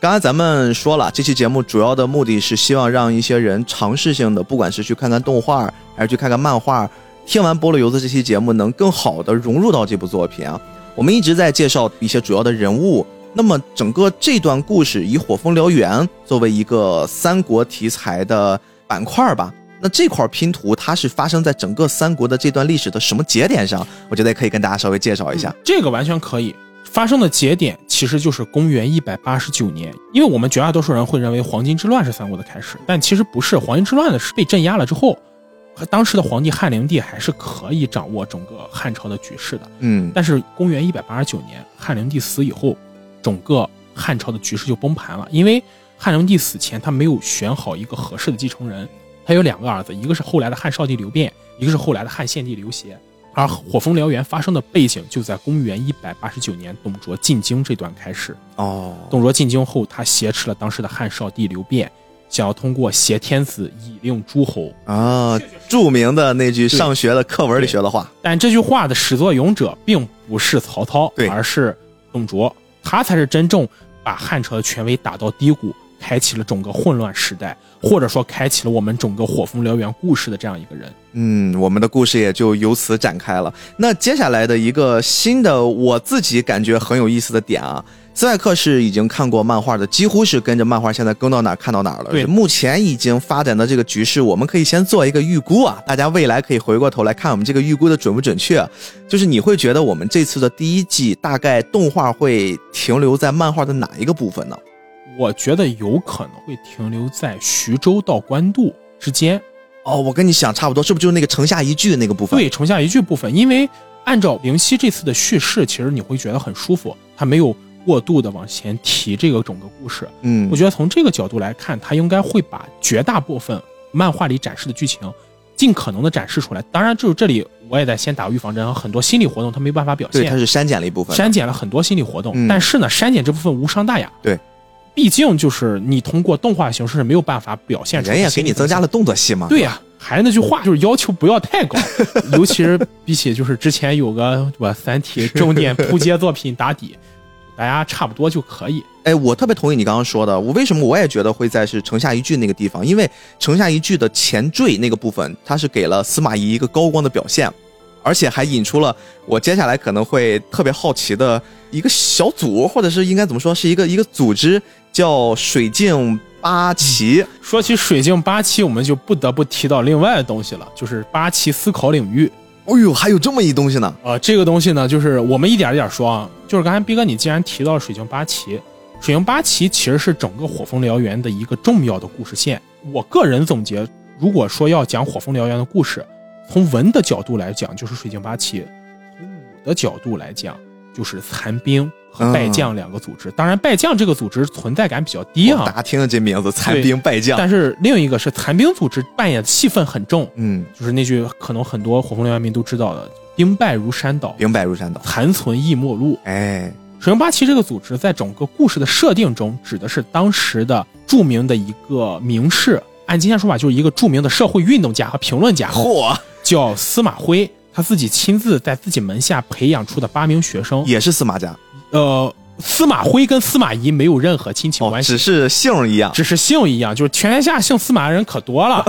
刚才咱们说了，这期节目主要的目的是希望让一些人尝试性的，不管是去看看动画，还是去看看漫画，听完菠萝油子这期节目，能更好的融入到这部作品啊。我们一直在介绍一些主要的人物，那么整个这段故事以火风燎原作为一个三国题材的板块吧。那这块拼图它是发生在整个三国的这段历史的什么节点上？我觉得也可以跟大家稍微介绍一下。嗯这个完全可以。发生的节点其实就是公元一百八十九年，因为我们绝大多数人会认为黄巾之乱是三国的开始，但其实不是。黄巾之乱的是被镇压了之后，和当时的皇帝汉灵帝还是可以掌握整个汉朝的局势的。嗯但是公元一百八十九年，汉灵帝死以后，整个汉朝的局势就崩盘了，因为汉灵帝死前他没有选好一个合适的继承人，他有两个儿子，一个是后来的汉少帝刘辩，一个是后来的汉献帝刘协。而火风燎原发生的背景就在公元一百八十九年董卓进京这段开始。哦，董卓进京后，他挟持了当时的汉少帝刘辩，想要通过挟天子以令诸侯，啊，著名的那句上学的课文里学的话，但这句话的始作俑者并不是曹操，对而是董卓，他才是真正把汉朝的权威打到低谷，开启了整个混乱时代，或者说开启了我们整个火风燎原故事的这样一个人。嗯，我们的故事也就由此展开了。那接下来的一个新的，我自己感觉很有意思的点啊，斯派克是已经看过漫画的，几乎是跟着漫画现在跟到哪儿看到哪儿了。对目前已经发展的这个局势，我们可以先做一个预估啊，大家未来可以回过头来看我们这个预估的准不准确。就是你会觉得我们这次的第一季大概动画会停留在漫画的哪一个部分呢？我觉得有可能会停留在徐州到官渡之间，哦，我跟你想差不多，是不是就是那个城下一句那个部分？对，城下一句部分，因为按照灵犀这次的叙事，其实你会觉得很舒服，他没有过度的往前提这个整个故事，嗯我，觉得从这个角度来看，他应该会把绝大部分漫画里展示的剧情，尽可能的展示出来。当然，就是这里我也在先打预防针，很多心理活动他没办法表对，它现，是删减了一部分。删减了很多心理活动。嗯但是呢，删减这部分无伤大雅。对，毕竟就是你通过动画形式是没有办法表现出人也给心理你增加分了动作戏嘛。析。对呀、还是那句话，就是要求不要太高，尤其是比起就是之前有个我《三体》重点扑街作品打底，大家差不多就可以。哎，我特别同意你刚刚说的。我为什么我也觉得会在是城下一句那个地方？因为城下一句的前缀那个部分，它是给了司马懿一个高光的表现，而且还引出了我接下来可能会特别好奇的一个小组，或者是应该怎么说，是一个一个组织叫水镜八旗。说起水镜八旗，我们就不得不提到另外的东西了，就是八旗思考领域。哦呦，还有这么一东西呢！呃，这个东西呢，就是我们一点一点说啊，就是刚才逼哥你既然提到了水镜八旗，水镜八旗其实是整个火风燎原的一个重要的故事线。我个人总结，如果说要讲火风燎原的故事，从文的角度来讲就是水镜八旗，从武的角度来讲就是残兵和败将两个组织。当然，败将这个组织存在感比较低哇啊哦大，家听了这名字，残兵败将。但是另一个是残兵组织扮演的戏份很重。嗯，就是那句可能很多火风燎原迷都知道的“兵败如山倒，兵败如山倒。残存亦末路哎，”。水城八旗这个组织在整个故事的设定中，指的是当时的著名的一个名士，按今天说法就是一个著名的社会运动家和评论家，嚯，叫司马徽，他自己亲自在自己门下培养出的八名学生。也是司马家，呃，司马徽跟司马懿没有任何亲情哦，关系，只是姓儿一样。只是姓一样，就是全天下姓司马的人可多了，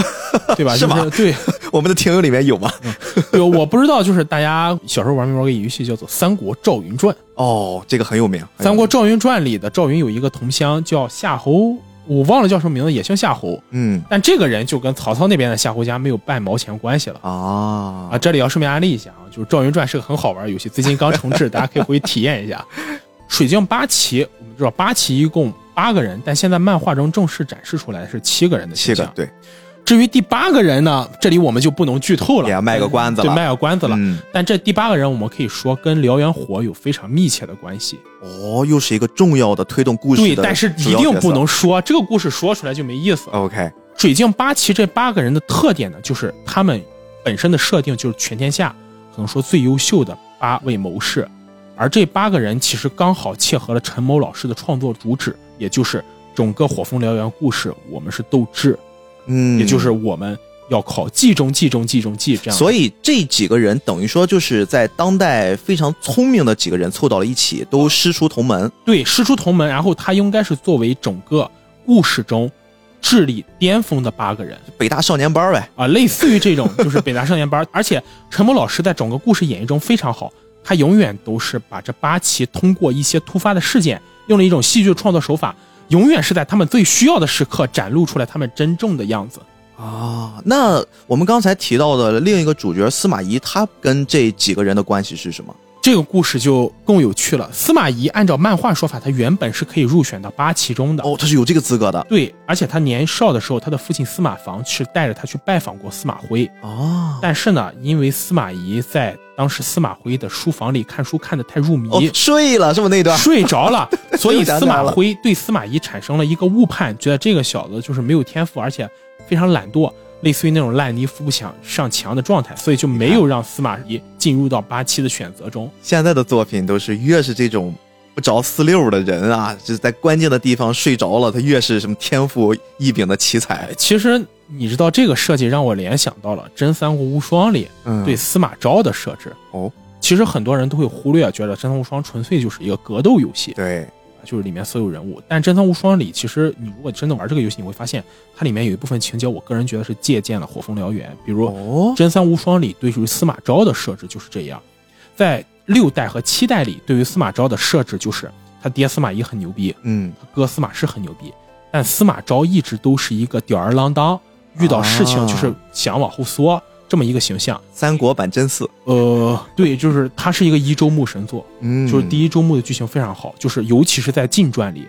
对吧？是吗就是对。我们的听友里面有吗？嗯有我不知道，就是大家小时候玩没玩过一个游戏叫做《三国赵云传》。哦，这个很有名。 《很有三名国赵云传》里的赵云有一个同乡叫夏侯，我忘了叫什么名字，也姓夏侯。嗯但这个人就跟曹操那边的夏侯家没有半毛钱关系了啊啊！这里要顺便安利一下啊，就是《赵云传》是个很好玩的游戏，最近刚重置，大家可以回去体验一下。水镜八旗，我们知道八旗一共八个人，但现在漫画中正式展示出来是七个人的七形个象。对，至于第八个人呢，这里我们就不能剧透了，也要卖个关子对，了卖个关子了。嗯，但这第八个人，我们可以说跟燎原火有非常密切的关系。哦，又是一个重要的推动故事对，的但是主一要角色哦定不能说这个故事说出来就没意思了。 OK，水镜八旗这八个人的特点呢，就是他们本身的设定就是全天下可能说最优秀的八位谋士，而这八个人其实刚好切合了陈某老师的创作主旨，也就是整个火风燎原故事，我们是斗智，嗯，也就是我们要靠记中记中记中记这样。所以这几个人等于说就是在当代非常聪明的几个人凑到了一起，都师出同门。对，师出同门，然后他应该是作为整个故事中智力巅峰的八个人北大少年班呗，啊，类似于这种就是北大少年 班。而且陈默老师在整个故事演绎中非常好，他永远都是把这八期通过一些突发的事件，用了一种戏剧创作手法，永远是在他们最需要的时刻展露出来他们真正的样子。啊，那我们刚才提到的另一个主角司马懿，他跟这几个人的关系是什么？这个故事就更有趣了。司马懿按照漫画说法，他原本是可以入选到八旗中的。哦，他是有这个资格的对，而且他年少的时候，他的父亲司马防是带着他去拜访过司马徽，啊。但是呢，因为司马懿在当时司马徽的书房里看书看得太入迷，哦，睡了是不是那段？睡着 了，所以又想司起来马了徽对司马懿产生了一个误判，觉得这个小子就是没有天赋，而且非常懒惰，类似于那种烂泥扶不墙上墙的状态，所以就没有让司马懿进入到八七的选择中。现在的作品都是越是这种不着四六的人啊，就是在关键的地方睡着了，他越是什么天赋异禀的奇才。其实你知道这个设计让我联想到了《真三国无双》里嗯对司马昭的设置。哦，其实很多人都会忽略，觉得《真三国无双》纯粹就是一个格斗游戏，对，就是里面所有人物。但《真三国无双》里，其实你如果真的玩这个游戏，你会发现它里面有一部分情节，我个人觉得是借鉴了《火凤燎原》，比如哦《真三无双》里对于司马昭的设置就是这样，在六代和七代里，对于司马昭的设置就是他爹司马懿很牛逼，嗯，他哥司马氏很牛逼，但司马昭一直都是一个吊儿郎当，遇到事啊情就是想往后缩、这么一个形象。三国版真四，呃，对，就是他是一个一周目神作，嗯就是第一周目的剧情非常好，就是尤其是在近传里，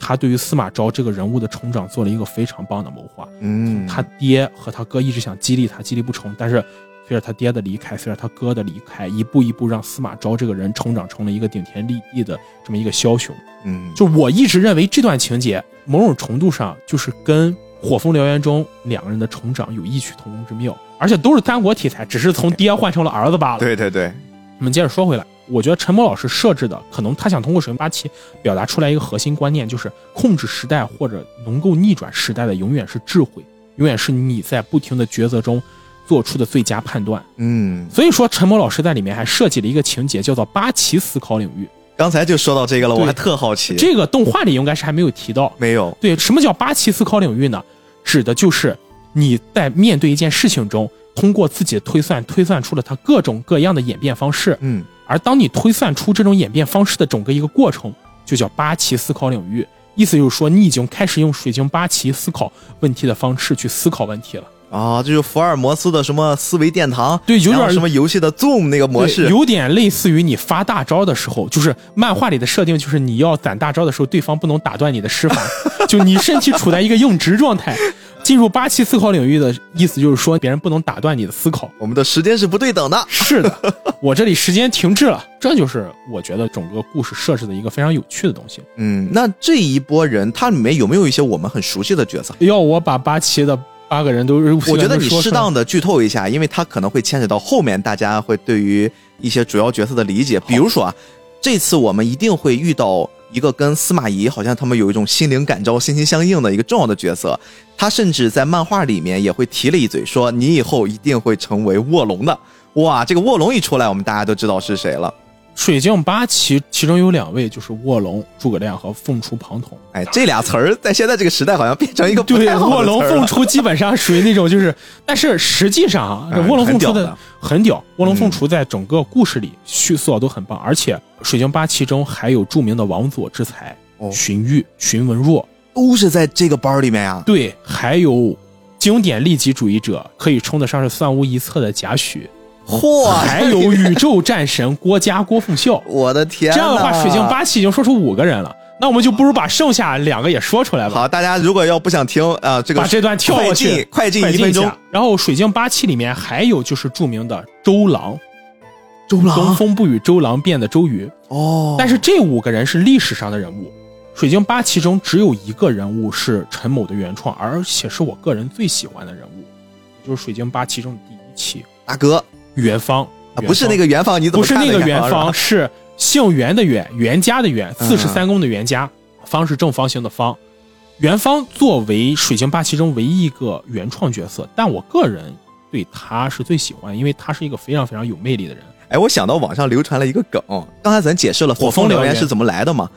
他对于司马昭这个人物的成长做了一个非常棒的谋划。嗯，他爹和他哥一直想激励他，激励不成，但是随着他爹的离开，随着他哥的离开，一步一步让司马昭这个人成长成了一个顶天立地的这么一个枭雄。嗯，就我一直认为这段情节某种程度上就是跟《火风燎原》中两个人的成长有异曲同工之妙，而且都是三国题材，只是从爹换成了儿子罢了。对对对，我们接着说回来，我觉得陈默老师设置的，可能他想通过使用八旗表达出来一个核心观念，就是控制时代或者能够逆转时代的，永远是智慧，永远是你在不停的抉择中做出的最佳判断。嗯，所以说，陈默老师在里面还设计了一个情节，叫做八旗思考领域。刚才就说到这个了，对我还特好奇，这个动画里应该是还没有提到。没有，对，什么叫八旗思考领域呢？指的就是你在面对一件事情中，通过自己的推算，推算出了它各种各样的演变方式。嗯，而当你推算出这种演变方式的整个一个过程，就叫八旗思考领域。意思就是说，你已经开始用水晶八旗思考问题的方式去思考问题了。啊，这就是福尔摩斯的什么思维殿堂，对有点然后什么游戏的 Zoom 那个模式对，有点类似于你发大招的时候，就是漫画里的设定，就是你要攒大招的时候，对方不能打断你的施法， 就你身体处在一个硬直状态。进入八旗思考领域的意思就是说，别人不能打断你的思考。我们的时间是不对等的，是的，我这里时间停滞了，这就是我觉得整个故事设置的一个非常有趣的东西。嗯，那这一波人，他里面有没有一些我们很熟悉的角色？要我把八旗的八个人都，我我觉得你适当的剧透一下，因为它可能会牵扯到后面大家会对于一些主要角色的理解。比如说啊，这次我们一定会遇到一个跟司马懿好像他们有一种心灵感召、心心相印的一个重要的角色。他甚至在漫画里面也会提了一嘴，说你以后一定会成为卧龙的。哇，这个卧龙一出来，我们大家都知道是谁了。水镜八旗，其中有两位就是卧龙、诸葛亮和凤雏庞统。哎，这俩词儿在现在这个时代好像变成一个不对太，好的卧词龙儿啊凤了。雏基本上属于那 种就是，但是实际上啊，这嗯卧龙凤很雏屌的的很屌，卧龙嗯凤雏在整个故事里叙述都很棒，而且水晶八旗中还有著名的王佐之才哦荀彧、荀文若，都是在这个班儿里面啊呀、对，还有经典利己主义者，可以称得上是算无一策的贾诩，嚯，还有宇宙战神郭嘉、郭奉孝。我的天！这样的话，水晶。八旗已经说出五个人了，那我们就不如把剩下两个也说出来吧。好，大家如果要不想听啊、呃这个把这段跳过去，快进快进一分下钟。然后《水晶八旗》里面还有就是著名的周郎，周东风不与周郎便的周瑜。啊哦，啊但是这五个人是历史上的人物，《水晶八旗》中只有一个人物是陈某的原创，而且是我个人最喜欢的人物，也就是《水晶八旗》中的第一期大哥、元芳，啊不是那个，个元芳，你怎不么是看那的个元元芳，是吧嗯是姓袁的袁，袁家的袁，四十三公的袁家，方是正方形的方。元芳作为《水晶八奇》中唯一一个原创角色，但我个人对她是最喜欢，因为她是一个非常非常有魅力的人。哎，我想到网上流传了一个梗，刚才咱解释了火风燎原是怎么来的嘛，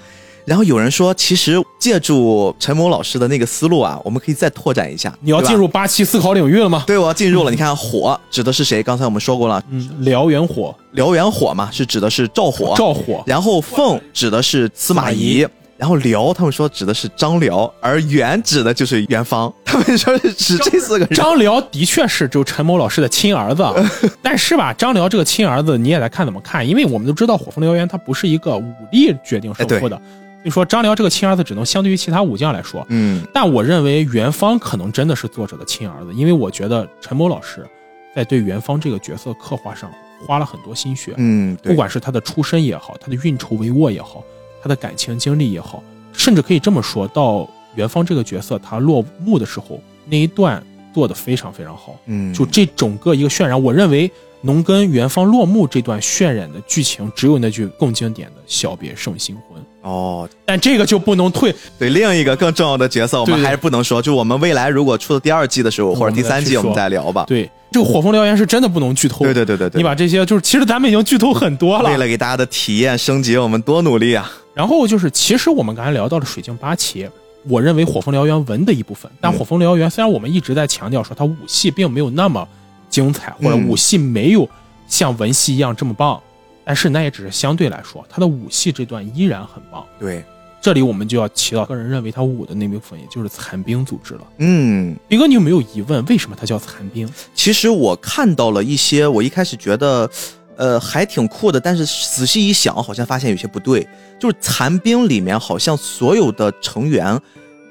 然后有人说，其实借助陈某老师的那个思路啊，我们可以再拓展一下。你要对吧进入八七思考领域了吗？对，我要进入了。你看火指的是谁？刚才我们说过了，嗯，燎原火、燎原火嘛，是指的是赵火，赵火，然后凤指的是司马懿，然后辽他们说指的是张辽，而元指的就是元芳， 他们说是指这四个人。 张辽的确是就陈某老师的亲儿子，啊但是吧，张辽这个亲儿子你也得看怎么看，因为我们都知道《火凤燎原》它不是一个武力决定胜负的，所以说张辽这个亲儿子只能相对于其他武将来说。嗯，但我认为元芳可能真的是作者的亲儿子，因为我觉得陈某老师在对元芳这个角色刻画上花了很多心血，嗯，对不管是他的出身也好，他的运筹帷幄也好，他的感情经历也好，甚至可以这么说，到元芳这个角色他落幕的时候，那一段做的非常非常好。嗯，就这整个一个渲染，我认为农耕元芳落幕这段渲染的剧情，只有那句更经典的“小别胜新婚哦，”，但这个就不能退，对，另一个更重要的角色，我们对对还是不能说，就我们未来如果出了第二季的时候，或者第三季，我我们们再再聊吧。对，这个火风燎原是真的不能剧透。啊对对对对对你把这些就是，其实咱们已经剧透很多为了。了给大家的体验升级，我们多努力啊！然后就是，其实我们刚才聊到了水镜八旗，我认为火风燎原文的一部分，但火风燎原虽然我们一直在强调说它武戏并没有那么精彩，或者嗯武戏没有像文戏一样这么棒，但是那也只是相对来说，它的武戏这段依然很棒。对，这里我们就要提到个人认为它武的那部分，也就是残兵组织了。嗯，斌哥，你有没有疑问？为什么它叫残兵？其实我看到了一些，我一开始觉得，呃，还挺酷的，但是仔细一想，好像发现有些不对。就是残兵里面，好像所有的成员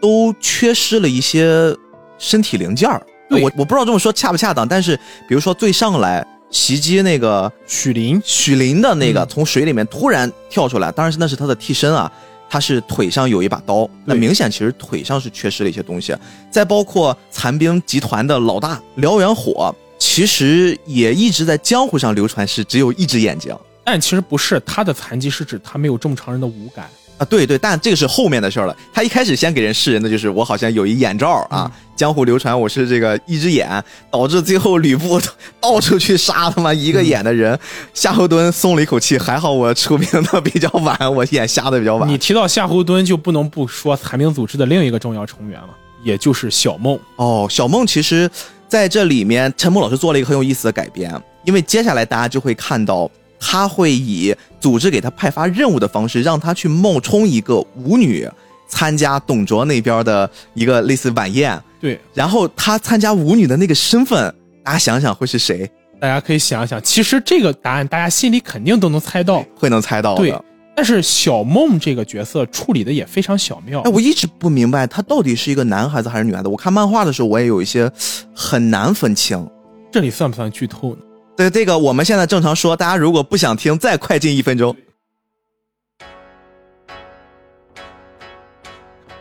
都缺失了一些身体零件儿。对我我不知道这么说恰不恰当，但是比如说最上来袭击那个许林许林的那个嗯从水里面突然跳出来，当然是那是他的替身啊，他是腿上有一把刀，那对明显其实腿上是缺失了一些东西。啊再包括残兵集团的老大燎原火，其实也一直在江湖上流传是只有一只眼睛但其实不是，他的残疾是指他没有正常人的五感。啊，对对，但这个是后面的事儿了。他一开始先给人示人的就是我好像有一眼罩啊，江湖流传我是这个一只眼，导致最后吕布到处去杀他妈一个眼的人。夏侯惇松了一口气，还好我出名的 比较晚，我眼瞎的比较晚。你提到夏侯惇，就不能不说残兵组织的另一个重要成员了，也就是小梦。哦，小梦其实在这里面，陈默老师做了一个很有意思的改编，因为接下来大家就会看到，他会以组织给他派发任务的方式，让他去冒充一个舞女，参加董卓那边的一个类似晚宴，对，然后他参加舞女的那个身份，大家想想会是谁？大家可以想一想，其实这个答案大家心里肯定都能猜到。会能猜到对的。，但是小梦这个角色处理的也非常巧妙哎，。我一直不明白他到底是一个男孩子还是女孩子。我看漫画的时候，我也有一些很难分清。这里算不算剧透呢？对这个，我们现在正常说，大家如果不想听，再快进一分钟。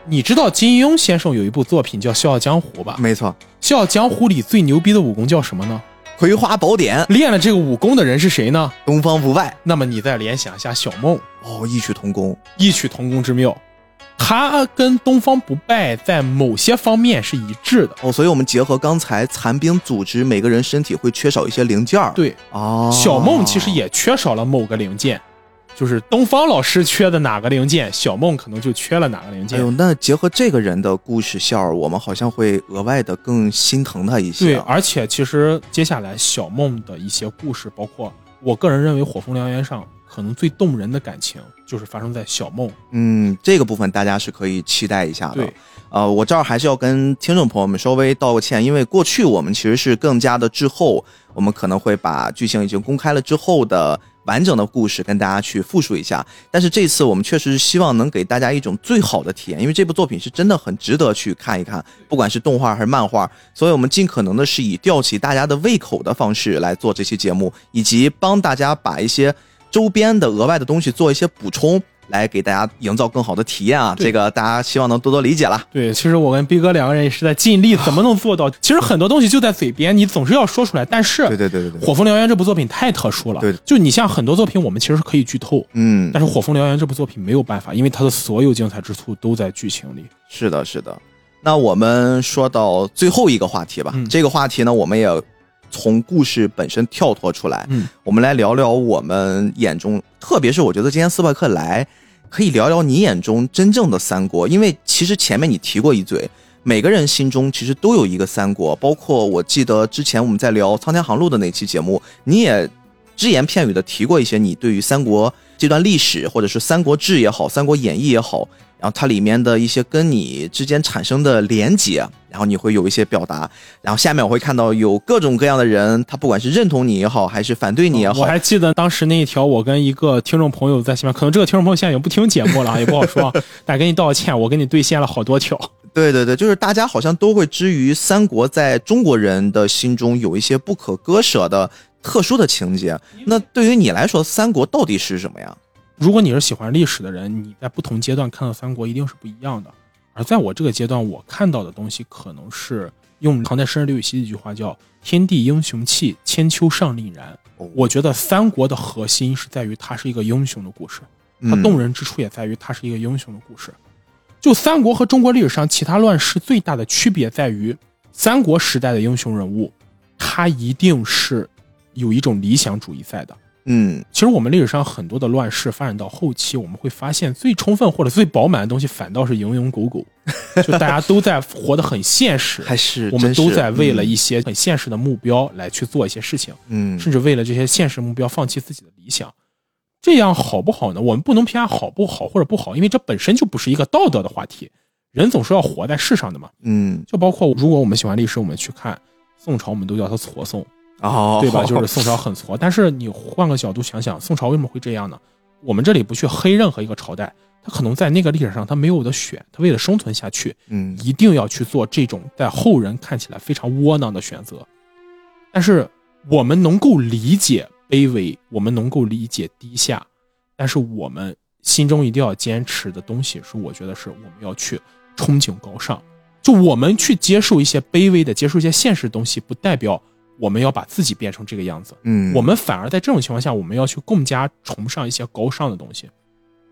你知道金庸先生有一部作品叫《笑傲江湖》吧？没错， 《笑傲江湖》里最牛逼的武功叫什么呢？ 《葵花宝典》练了这个武功的人是谁呢？东方不败那么你再联想一下小梦，哦，异曲同工。异曲同工之妙。他跟东方不败在某些方面是一致的。哦，所以我们结合刚才残兵组织，每个人身体会缺少一些零件儿。，对，哦，小梦其实也缺少了某个零件，就是东方老师缺的哪个零件，小梦可能就缺了哪个零哎呦，件。那结合这个人的故事线儿，我们好像会额外的更心疼他一对，些。啊而且其实接下来小梦的一些故事，包括我个人认为《火风燎原》上可能最动人的感情，就是发生在小梦。嗯，这个部分大家是可以期待一下的对。，呃，我这儿还是要跟听众朋友们稍微道个歉，因为过去我们其实是更加的滞后，我们可能会把剧情已经公开了之后的完整的故事跟大家去复述一下。但是这次我们确实是希望能给大家一种最好的体验，因为这部作品是真的很值得去看一看，不管是动画还是漫画。所以我们尽可能的是以吊起大家的胃口的方式来做这期节目，以及帮大家把一些周边的额外的东西做一些补充。来给大家营造更好的体验啊。对这个大家希望能多多理解啦。对，其实我跟逼哥两个人也是在尽力，怎么能做到？其实很多东西就在嘴边，你总是要说出来。但是，对对对对对火风燎原》这部作品太特殊了。对就你像很多作品，我们其实是可以剧透，嗯，但是《火风燎原》这部作品没有办法，因为它的所有精彩之处都在剧情里。是的，是的。那我们说到最后一个话题吧，嗯这个话题呢，我们也从故事本身跳脱出来，嗯，我们来聊聊我们眼中，特别是我觉得今天斯派克来，可以聊聊你眼中真正的三国，因为其实前面你提过一嘴。每个人心中其实都有一个三国，包括我记得之前我们在聊《苍天航路》的那期节目，你也只言片语的提过一些你对于三国这段历史，或者是《三国志》也好，《三国演义》也好，然后它里面的一些跟你之间产生的连结，然后你会有一些表达。然后下面我会看到有各种各样的人，他不管是认同你也好，还是反对你也我好，还记得当时那一条，我跟一个听众朋友在下面，可能这个听众朋友现在也不听节目了啊，也不好 说，但跟你道歉，我跟你兑现了好多条。对对对，就是大家好像都会之于三国在中国人的心中有一些不可割舍的特殊的情节。那对于你来说，三国到底是什么呀？如果你是喜欢历史的人，你在不同阶段看到三国一定是不一样的。而在我这个阶段，我看到的东西可能是用唐代诗人刘禹锡的一句话叫“天地英雄气，千秋尚令然”哦。我觉得三国的核心是在于它是一个英雄的故事，它嗯动人之处也在于它是一个英雄的故事。就三国和中国历史上其他乱世最大的区别在于，三国时代的英雄人物，他一定是有一种理想主义在的。嗯其实我们历史上很多的乱世发展到后期，我们会发现最充分或者最饱满的东西，反倒是蝇营狗苟，就大家都在活得很现实，还是我们真都是在为了一些很现实的目标来去做一些事情，嗯甚至为了这些现实目标放弃自己的理想。这样好不好呢？我们不能评价好不好或者不好，因为这本身就不是一个道德的话题。人总是要活在世上的嘛，嗯就包括如果我们喜欢历史，我们去看宋朝，我们都叫它矬宋，哦，对吧？就是宋朝很矬，但是你换个角度想想，宋朝为什么会这样呢？我们这里不去黑任何一个朝代，他可能在那个历史上他没有的选，他为了生存下去， 嗯一定要去做这种在后人看起来非常窝囊的选择。但是我们能够理解卑微，我们能够理解低下，但是我们心中一定要坚持的东西是，我觉得是我们要去憧憬高尚。就我们去接受一些卑微的，接受一些现实的东西，不代表我们要把自己变成这个样子。嗯我们反而在这种情况下，我们要去更加崇尚一些高尚的东西。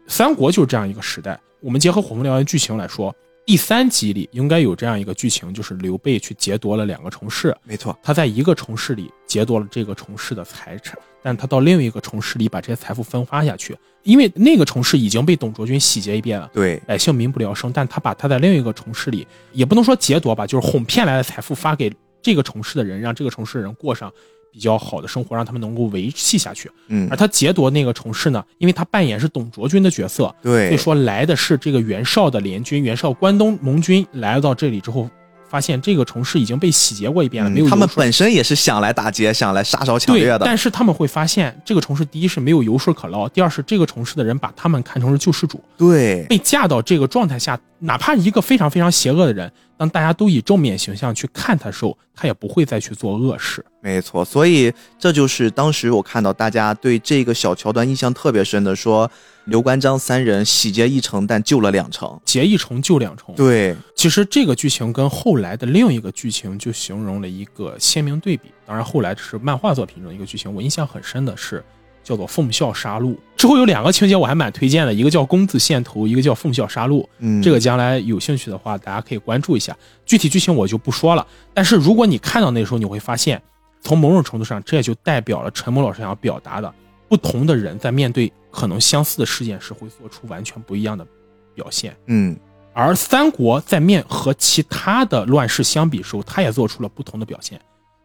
三国就是这样一个时代。我们结合《火凤燎原》剧情来说，第三集里应该有这样一个剧情，就是刘备去劫夺了两个城市，没错，他在一个城市里劫夺了这个城市的财产，但他到另一个城市里把这些财富分发下去，因为那个城市已经被董卓军洗劫一遍了。对，百姓民不聊生，但他把他在另一个城市里，也不能说劫夺吧，就是哄骗来的财富发给这个城市的人，让这个城市的人过上比较好的生活，让他们能够维系下去。嗯而他劫夺那个城市呢，因为他扮演是董卓军的角色，所对以，说来的是这个袁绍的联军，袁绍关东盟军来到这里之后，发现这个城市已经被洗劫过一遍了，没有嗯他们油水本身也是想来打劫，想来杀烧抢掠对，的，但是他们会发现这个城市第一是没有油水可捞，第二是这个城市的人把他们看成是救世主，对，被架到这个状态下，哪怕一个非常非常邪恶的人，当大家都以正面形象去看他的时候，他也不会再去做恶事。没错，所以这就是当时我看到大家对这个小桥段印象特别深的，说刘关张三人洗劫一城，但救了两城。劫一重就两重。，对，其实这个剧情跟后来的另一个剧情就形容了一个鲜明对比。当然，后来是漫画作品中的一个剧情，我印象很深的是叫做《奉孝杀戮》。之后有两个情节我还蛮推荐的，一个叫《公子献头》，一个叫《奉孝杀戮》。嗯，这个将来有兴趣的话，大家可以关注一下。具体剧情我就不说了，但是如果你看到那时候，你会发现，从某种程度上，这也就代表了陈某老师想要表达的，不同的人在面对可能相似的事件时，会做出完全不一样的表现。嗯，而三国在面和其他的乱世相比时候，他也做出了不同的表现。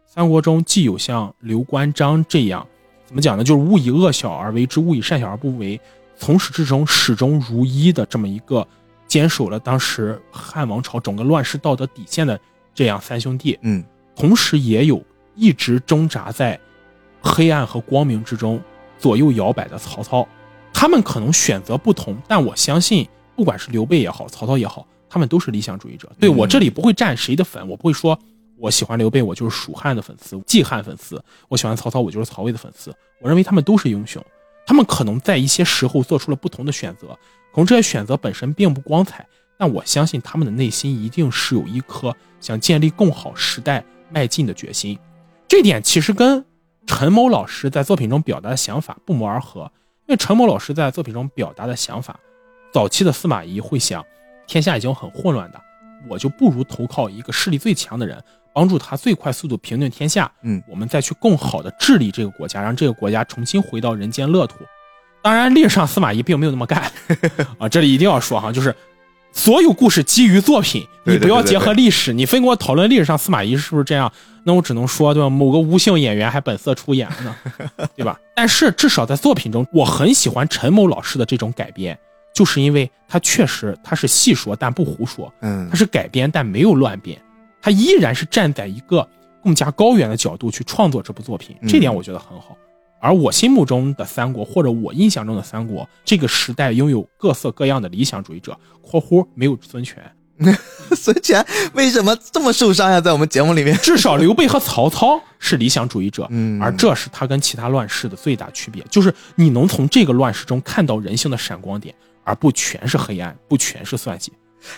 三国中既有像刘关张这样，怎么讲呢？就是勿以恶小而为之，勿以善小而不为，从始至终始终如一的这么一个坚守了当时汉王朝整个乱世道德底线的这样三兄弟，嗯，同时也有一直挣扎在黑暗和光明之中左右摇摆的曹操。他们可能选择不同，但我相信，不管是刘备也好，曹操也好，他们都是理想主义者。对嗯我这里不会站谁的粉，我不会说我喜欢刘备，我就是蜀汉的粉丝、季汉粉丝；我喜欢曹操，我就是曹魏的粉丝。我认为他们都是英雄，他们可能在一些时候做出了不同的选择，可能这些选择本身并不光彩，但我相信他们的内心一定是有一颗想建立更好时代迈进的决心。这点其实跟陈某老师在作品中表达的想法不谋而合，因为陈某老师在作品中表达的想法，早期的司马懿会想，天下已经很混乱的，我就不如投靠一个势力最强的人，帮助他最快速度平定天下，嗯，我们再去更好的治理这个国家，让这个国家重新回到人间乐土。当然，历史上司马懿并没有那 么干啊，这里一定要说哈，就是所有故事基于作品，对你不要对对结合对历史，你非跟我讨论历史上司马懿是不是这样，那我只能说，对吧？某个无姓演员还本色出演 呢，对吧？但是至少在作品中，我很喜欢陈某老师的这种改编，就是因为他确实他是细说但不胡说，嗯 它，是改编但没有乱编，它依然是站在一个更加高远的角度去创作这部作品，嗯这点我觉得很好。而我心目中的三国，或者我印象中的三国，这个时代拥有各色各样的理想主义者（括弧没有孙权孙权为什么这么受伤呀？在我们节目里面），，至少刘备和曹操是理想主义者，嗯而这是他跟其他乱世的最大区别，就是你能从这个乱世中看到人性的闪光点，而不全是黑暗，不全是算计。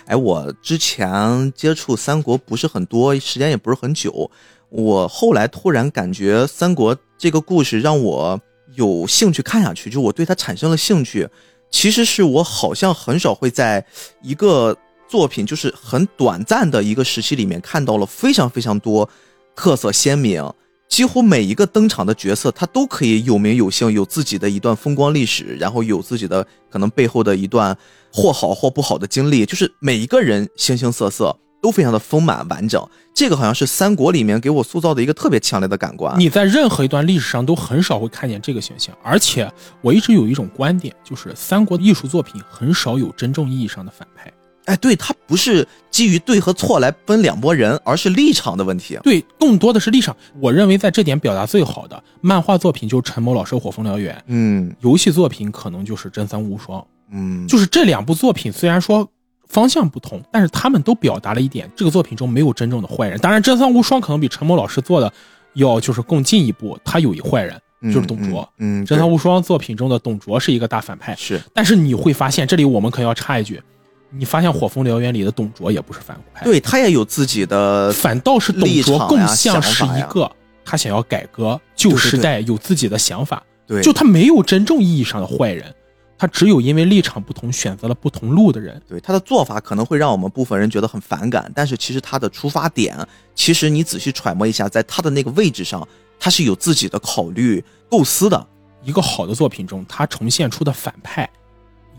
哎，我之前接触三国不是很多，时间也不是很久。我后来突然感觉三国这个故事让我有兴趣看下去，就我对它产生了兴趣。其实是我好像很少会在一个作品就是很短暂的一个时期里面看到了非常非常多特色鲜明，几乎每一个登场的角色，他都可以有名有姓，有自己的一段风光历史，然后有自己的可能背后的一段或好或不好的经历，就是每一个人形形色色都非常的丰满完整。这个好像是三国里面给我塑造的一个特别强烈的感官。你在任何一段历史上都很少会看见这个现象，而且我一直有一种观点，就是三国艺术作品很少有真正意义上的反派。哎，对，他不是基于对和错来分两拨人，而是立场的问题。对，更多的是立场。我认为在这点表达最好的漫画作品就是陈某老师《火风燎原》，嗯游戏作品可能就是《真三国无双》。嗯，就是这两部作品虽然说方向不同，但是他们都表达了一点，这个作品中没有真正的坏人。当然，《真三国无双》可能比陈某老师做的要就是更进一步，他有一坏人，就是董卓。嗯，嗯，嗯真三对国无双》作品中的董卓是一个大反派，是但是你会发现，这里我们可要插一句，你发现《火风燎原》里的董卓也不是反派，，对他也有自己的反倒是董立场卓呀更像是一想法个他想要改革、旧时代有自己的想法，对，就他没有真正意义上的坏人，他只有因为立场不同选择了不同路的人。对他的做法可能会让我们部分人觉得很反感，但是其实他的出发点，其实你仔细揣摩一下，在他的那个位置上，他是有自己的考虑构思的。一个好的作品中，他重现出的反派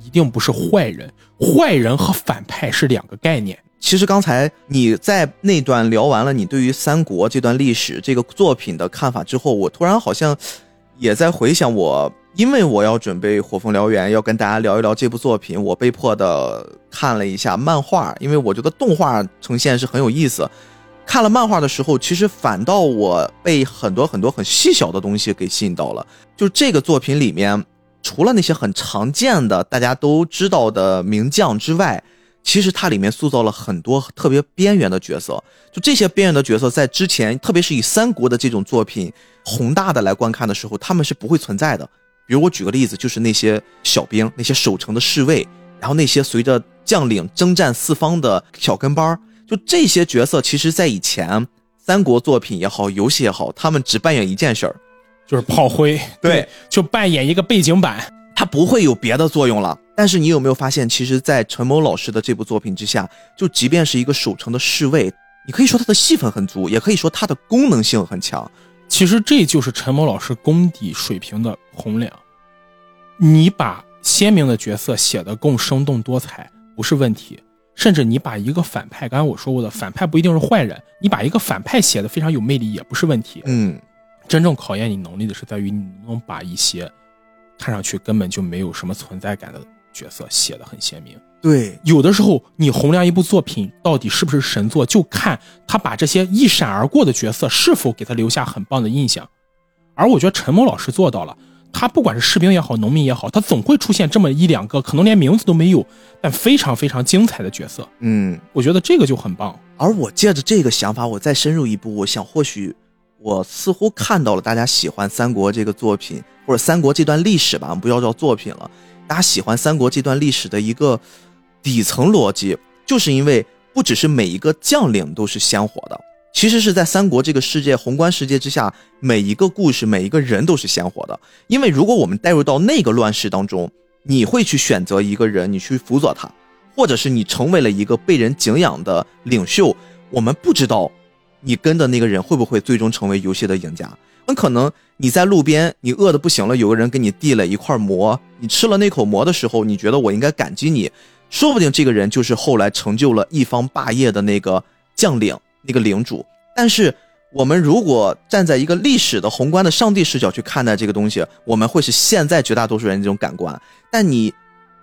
一定不是坏人，坏人和反派是两个概念。其实刚才你在那段聊完了你对于三国这段历史这个作品的看法之后，我突然好像也在回想我，因为我要准备《火凤燎原》，要跟大家聊一聊这部作品，我被迫的看了一下漫画，因为我觉得动画呈现是很有意思。看了漫画的时候，其实反倒我被很多很多很细小的东西给吸引到了。就这个作品里面，除了那些很常见的大家都知道的名将之外，其实它里面塑造了很多特别边缘的角色。就这些边缘的角色，在之前，特别是以三国的这种作品宏大的来观看的时候，他们是不会存在的。比如我举个例子，就是那些小兵、那些守城的侍卫，然后那些随着将领征战四方的小跟班儿，就这些角色，其实在以前三国作品也好，游戏也好，他们只扮演一件事儿，就是炮灰，对， 就扮演一个背景板，它不会有别的作用了。但是你有没有发现，其实，在陈某老师的这部作品之下，就即便是一个守城的侍卫，你可以说他的戏份很足，也可以说他的功能性很强。其实这就是陈某老师功底水平的衡量。你把鲜明的角色写得更生动多彩不是问题，甚至你把一个反派，刚才我说过的反派不一定是坏人，你把一个反派写得非常有魅力也不是问题。嗯，真正考验你能力的是在于你能不能把一些看上去根本就没有什么存在感的角色写得很鲜明。对，有的时候，你衡量一部作品到底是不是神作，就看他把这些一闪而过的角色是否给他留下很棒的印象。而我觉得陈某老师做到了，他不管是士兵也好，农民也好，他总会出现这么一两个可能连名字都没有，但非常非常精彩的角色。嗯。我觉得这个就很棒。而我借着这个想法，我再深入一步，我想或许我似乎看到了大家喜欢三国这个作品，或者三国这段历史吧，我们不要叫作品了，大家喜欢三国这段历史的一个底层逻辑，就是因为不只是每一个将领都是鲜活的，其实是在三国这个世界宏观世界之下，每一个故事、每一个人都是鲜活的。因为如果我们带入到那个乱世当中，你会去选择一个人，你去辅佐他，或者是你成为了一个被人敬仰的领袖，我们不知道你跟的那个人会不会最终成为游戏的赢家。很可能你在路边，你饿的不行了，有个人给你递了一块馍，你吃了那口馍的时候，你觉得我应该感激你，说不定这个人就是后来成就了一方霸业的那个将领、那个领主。但是我们如果站在一个历史的宏观的上帝视角去看待这个东西，我们会是现在绝大多数人这种感官。但你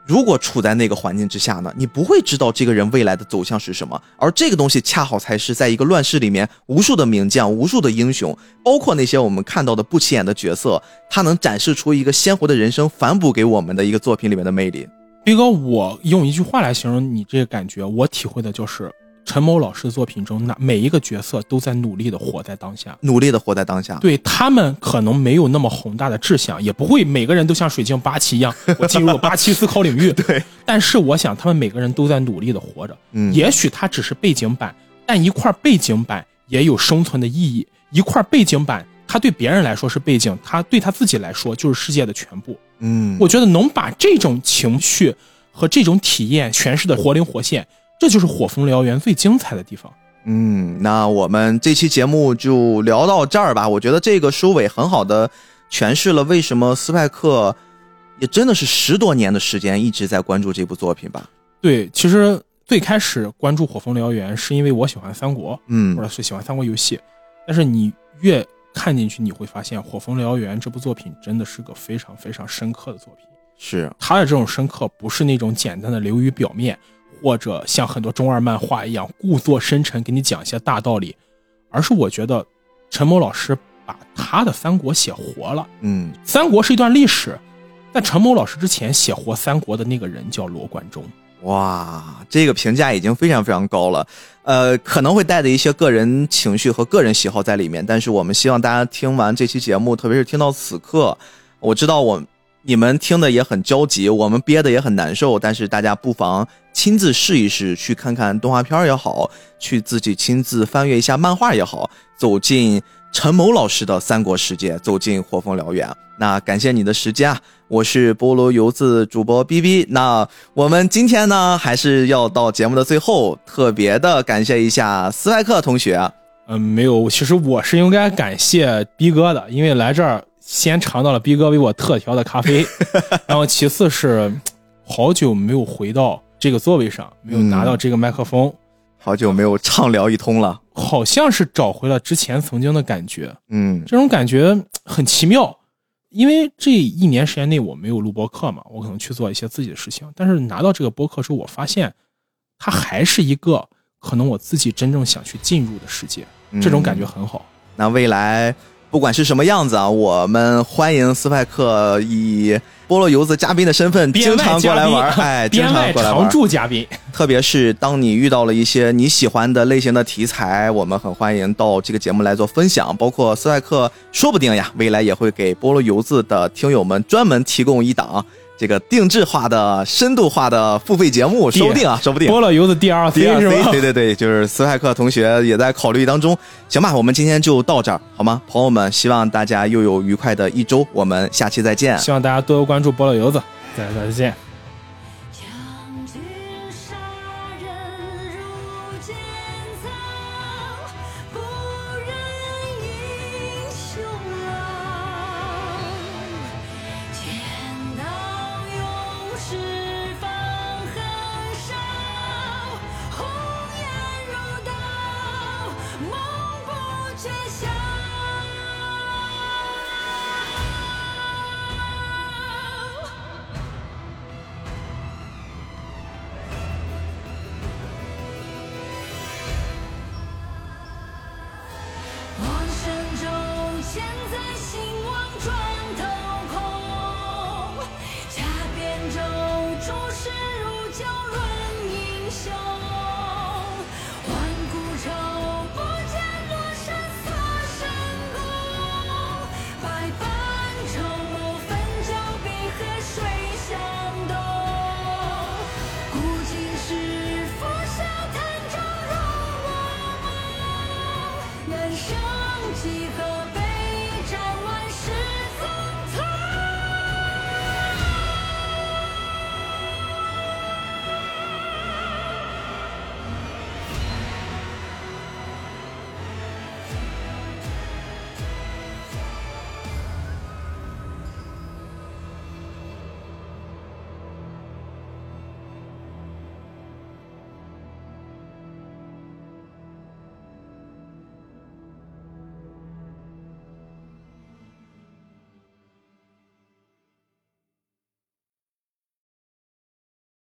如果处在那个环境之下呢，你不会知道这个人未来的走向是什么。而这个东西恰好才是在一个乱世里面，无数的名将、无数的英雄，包括那些我们看到的不起眼的角色，他能展示出一个鲜活的人生，反哺给我们的一个作品里面的魅力。逼哥，我用一句话来形容你这个感觉，我体会的就是陈某老师的作品中，那每一个角色都在努力的活在当下。努力的活在当下，对他们可能没有那么宏大的志向，也不会每个人都像水晶八旗一样，我进入了八旗思考领 域。对，但是我想他们每个人都在努力的活着。嗯也许它只是背景板，但一块背景板也有生存的意义。一块背景板，它对别人来说是背景，它对他自己来说就是世界的全部。嗯，我觉得能把这种情绪和这种体验诠释的活灵活现，这就是《火风燎原》最精彩的地方。嗯，那我们这期节目就聊到这儿吧。我觉得这个收尾很好的诠释了为什么斯派克也真的是十多年的时间一直在关注这部作品吧。对，其实最开始关注《火风燎原》是因为我喜欢三国，嗯或者是喜欢三国游戏，但是你越看进去，你会发现《火风燎原》这部作品真的是个非常非常深刻的作品。是，他的这种深刻不是那种简单的流于表面，或者像很多中二漫画一样故作深沉给你讲一些大道理，而是我觉得陈某老师把他的三国写活了。嗯三国是一段历史，在陈某老师之前写活三国的那个人叫罗贯中。哇，这个评价已经非常非常高了，呃，可能会带着一些个人情绪和个人喜好在里面，但是我们希望大家听完这期节目，特别是听到此刻，我知道我你们听的也很焦急，我们憋的也很难受，但是大家不妨亲自试一试，去看看动画片儿也好，去自己亲自翻阅一下漫画也好，走进陈某老师的三国世界，走进火风燎原。那感谢你的时间啊，我是菠萝油子主播 B B。那我们今天呢，还是要到节目的最后，特别的感谢一下斯派克同学。嗯，没有，其实我是应该感谢逼哥的，因为来这儿先尝到了逼哥为我特调的咖啡，然后其次是好久没有回到这个座位上，没有拿到这个麦克风，好久没有畅聊一通了，好像是找回了之前曾经的感觉，嗯这种感觉很奇妙。因为这一年时间内我没有录播客嘛，我可能去做一些自己的事情，但是拿到这个播客之后，我发现它还是一个可能我自己真正想去进入的世界，这种感觉很好。嗯那未来不管是什么样子啊，我们欢迎斯派克以菠萝油子嘉宾的身份经常过来玩，哎，经编常外过来常玩。驻嘉宾，特别是当你遇到了一些你喜欢的类型的题材，我们很欢迎到这个节目来做分享。包括斯派克，说不定呀，未来也会给菠萝油子的听友们专门提供一档这个定制化的、深度化的付费节目， 说不定啊，说不定。菠萝油子 DLC 是 DLC，吧？对对对，就是斯派克同学也在考虑当中。行吧，我们今天就到这儿，好吗？朋友们，希望大家又有愉快的一周，我们下期再见。希望大家多多关注菠萝油子，再再见。将军杀人如剑藏，不忍英雄郎。剑道永世放寒烧，红颜如刀，梦不觉晓。生几何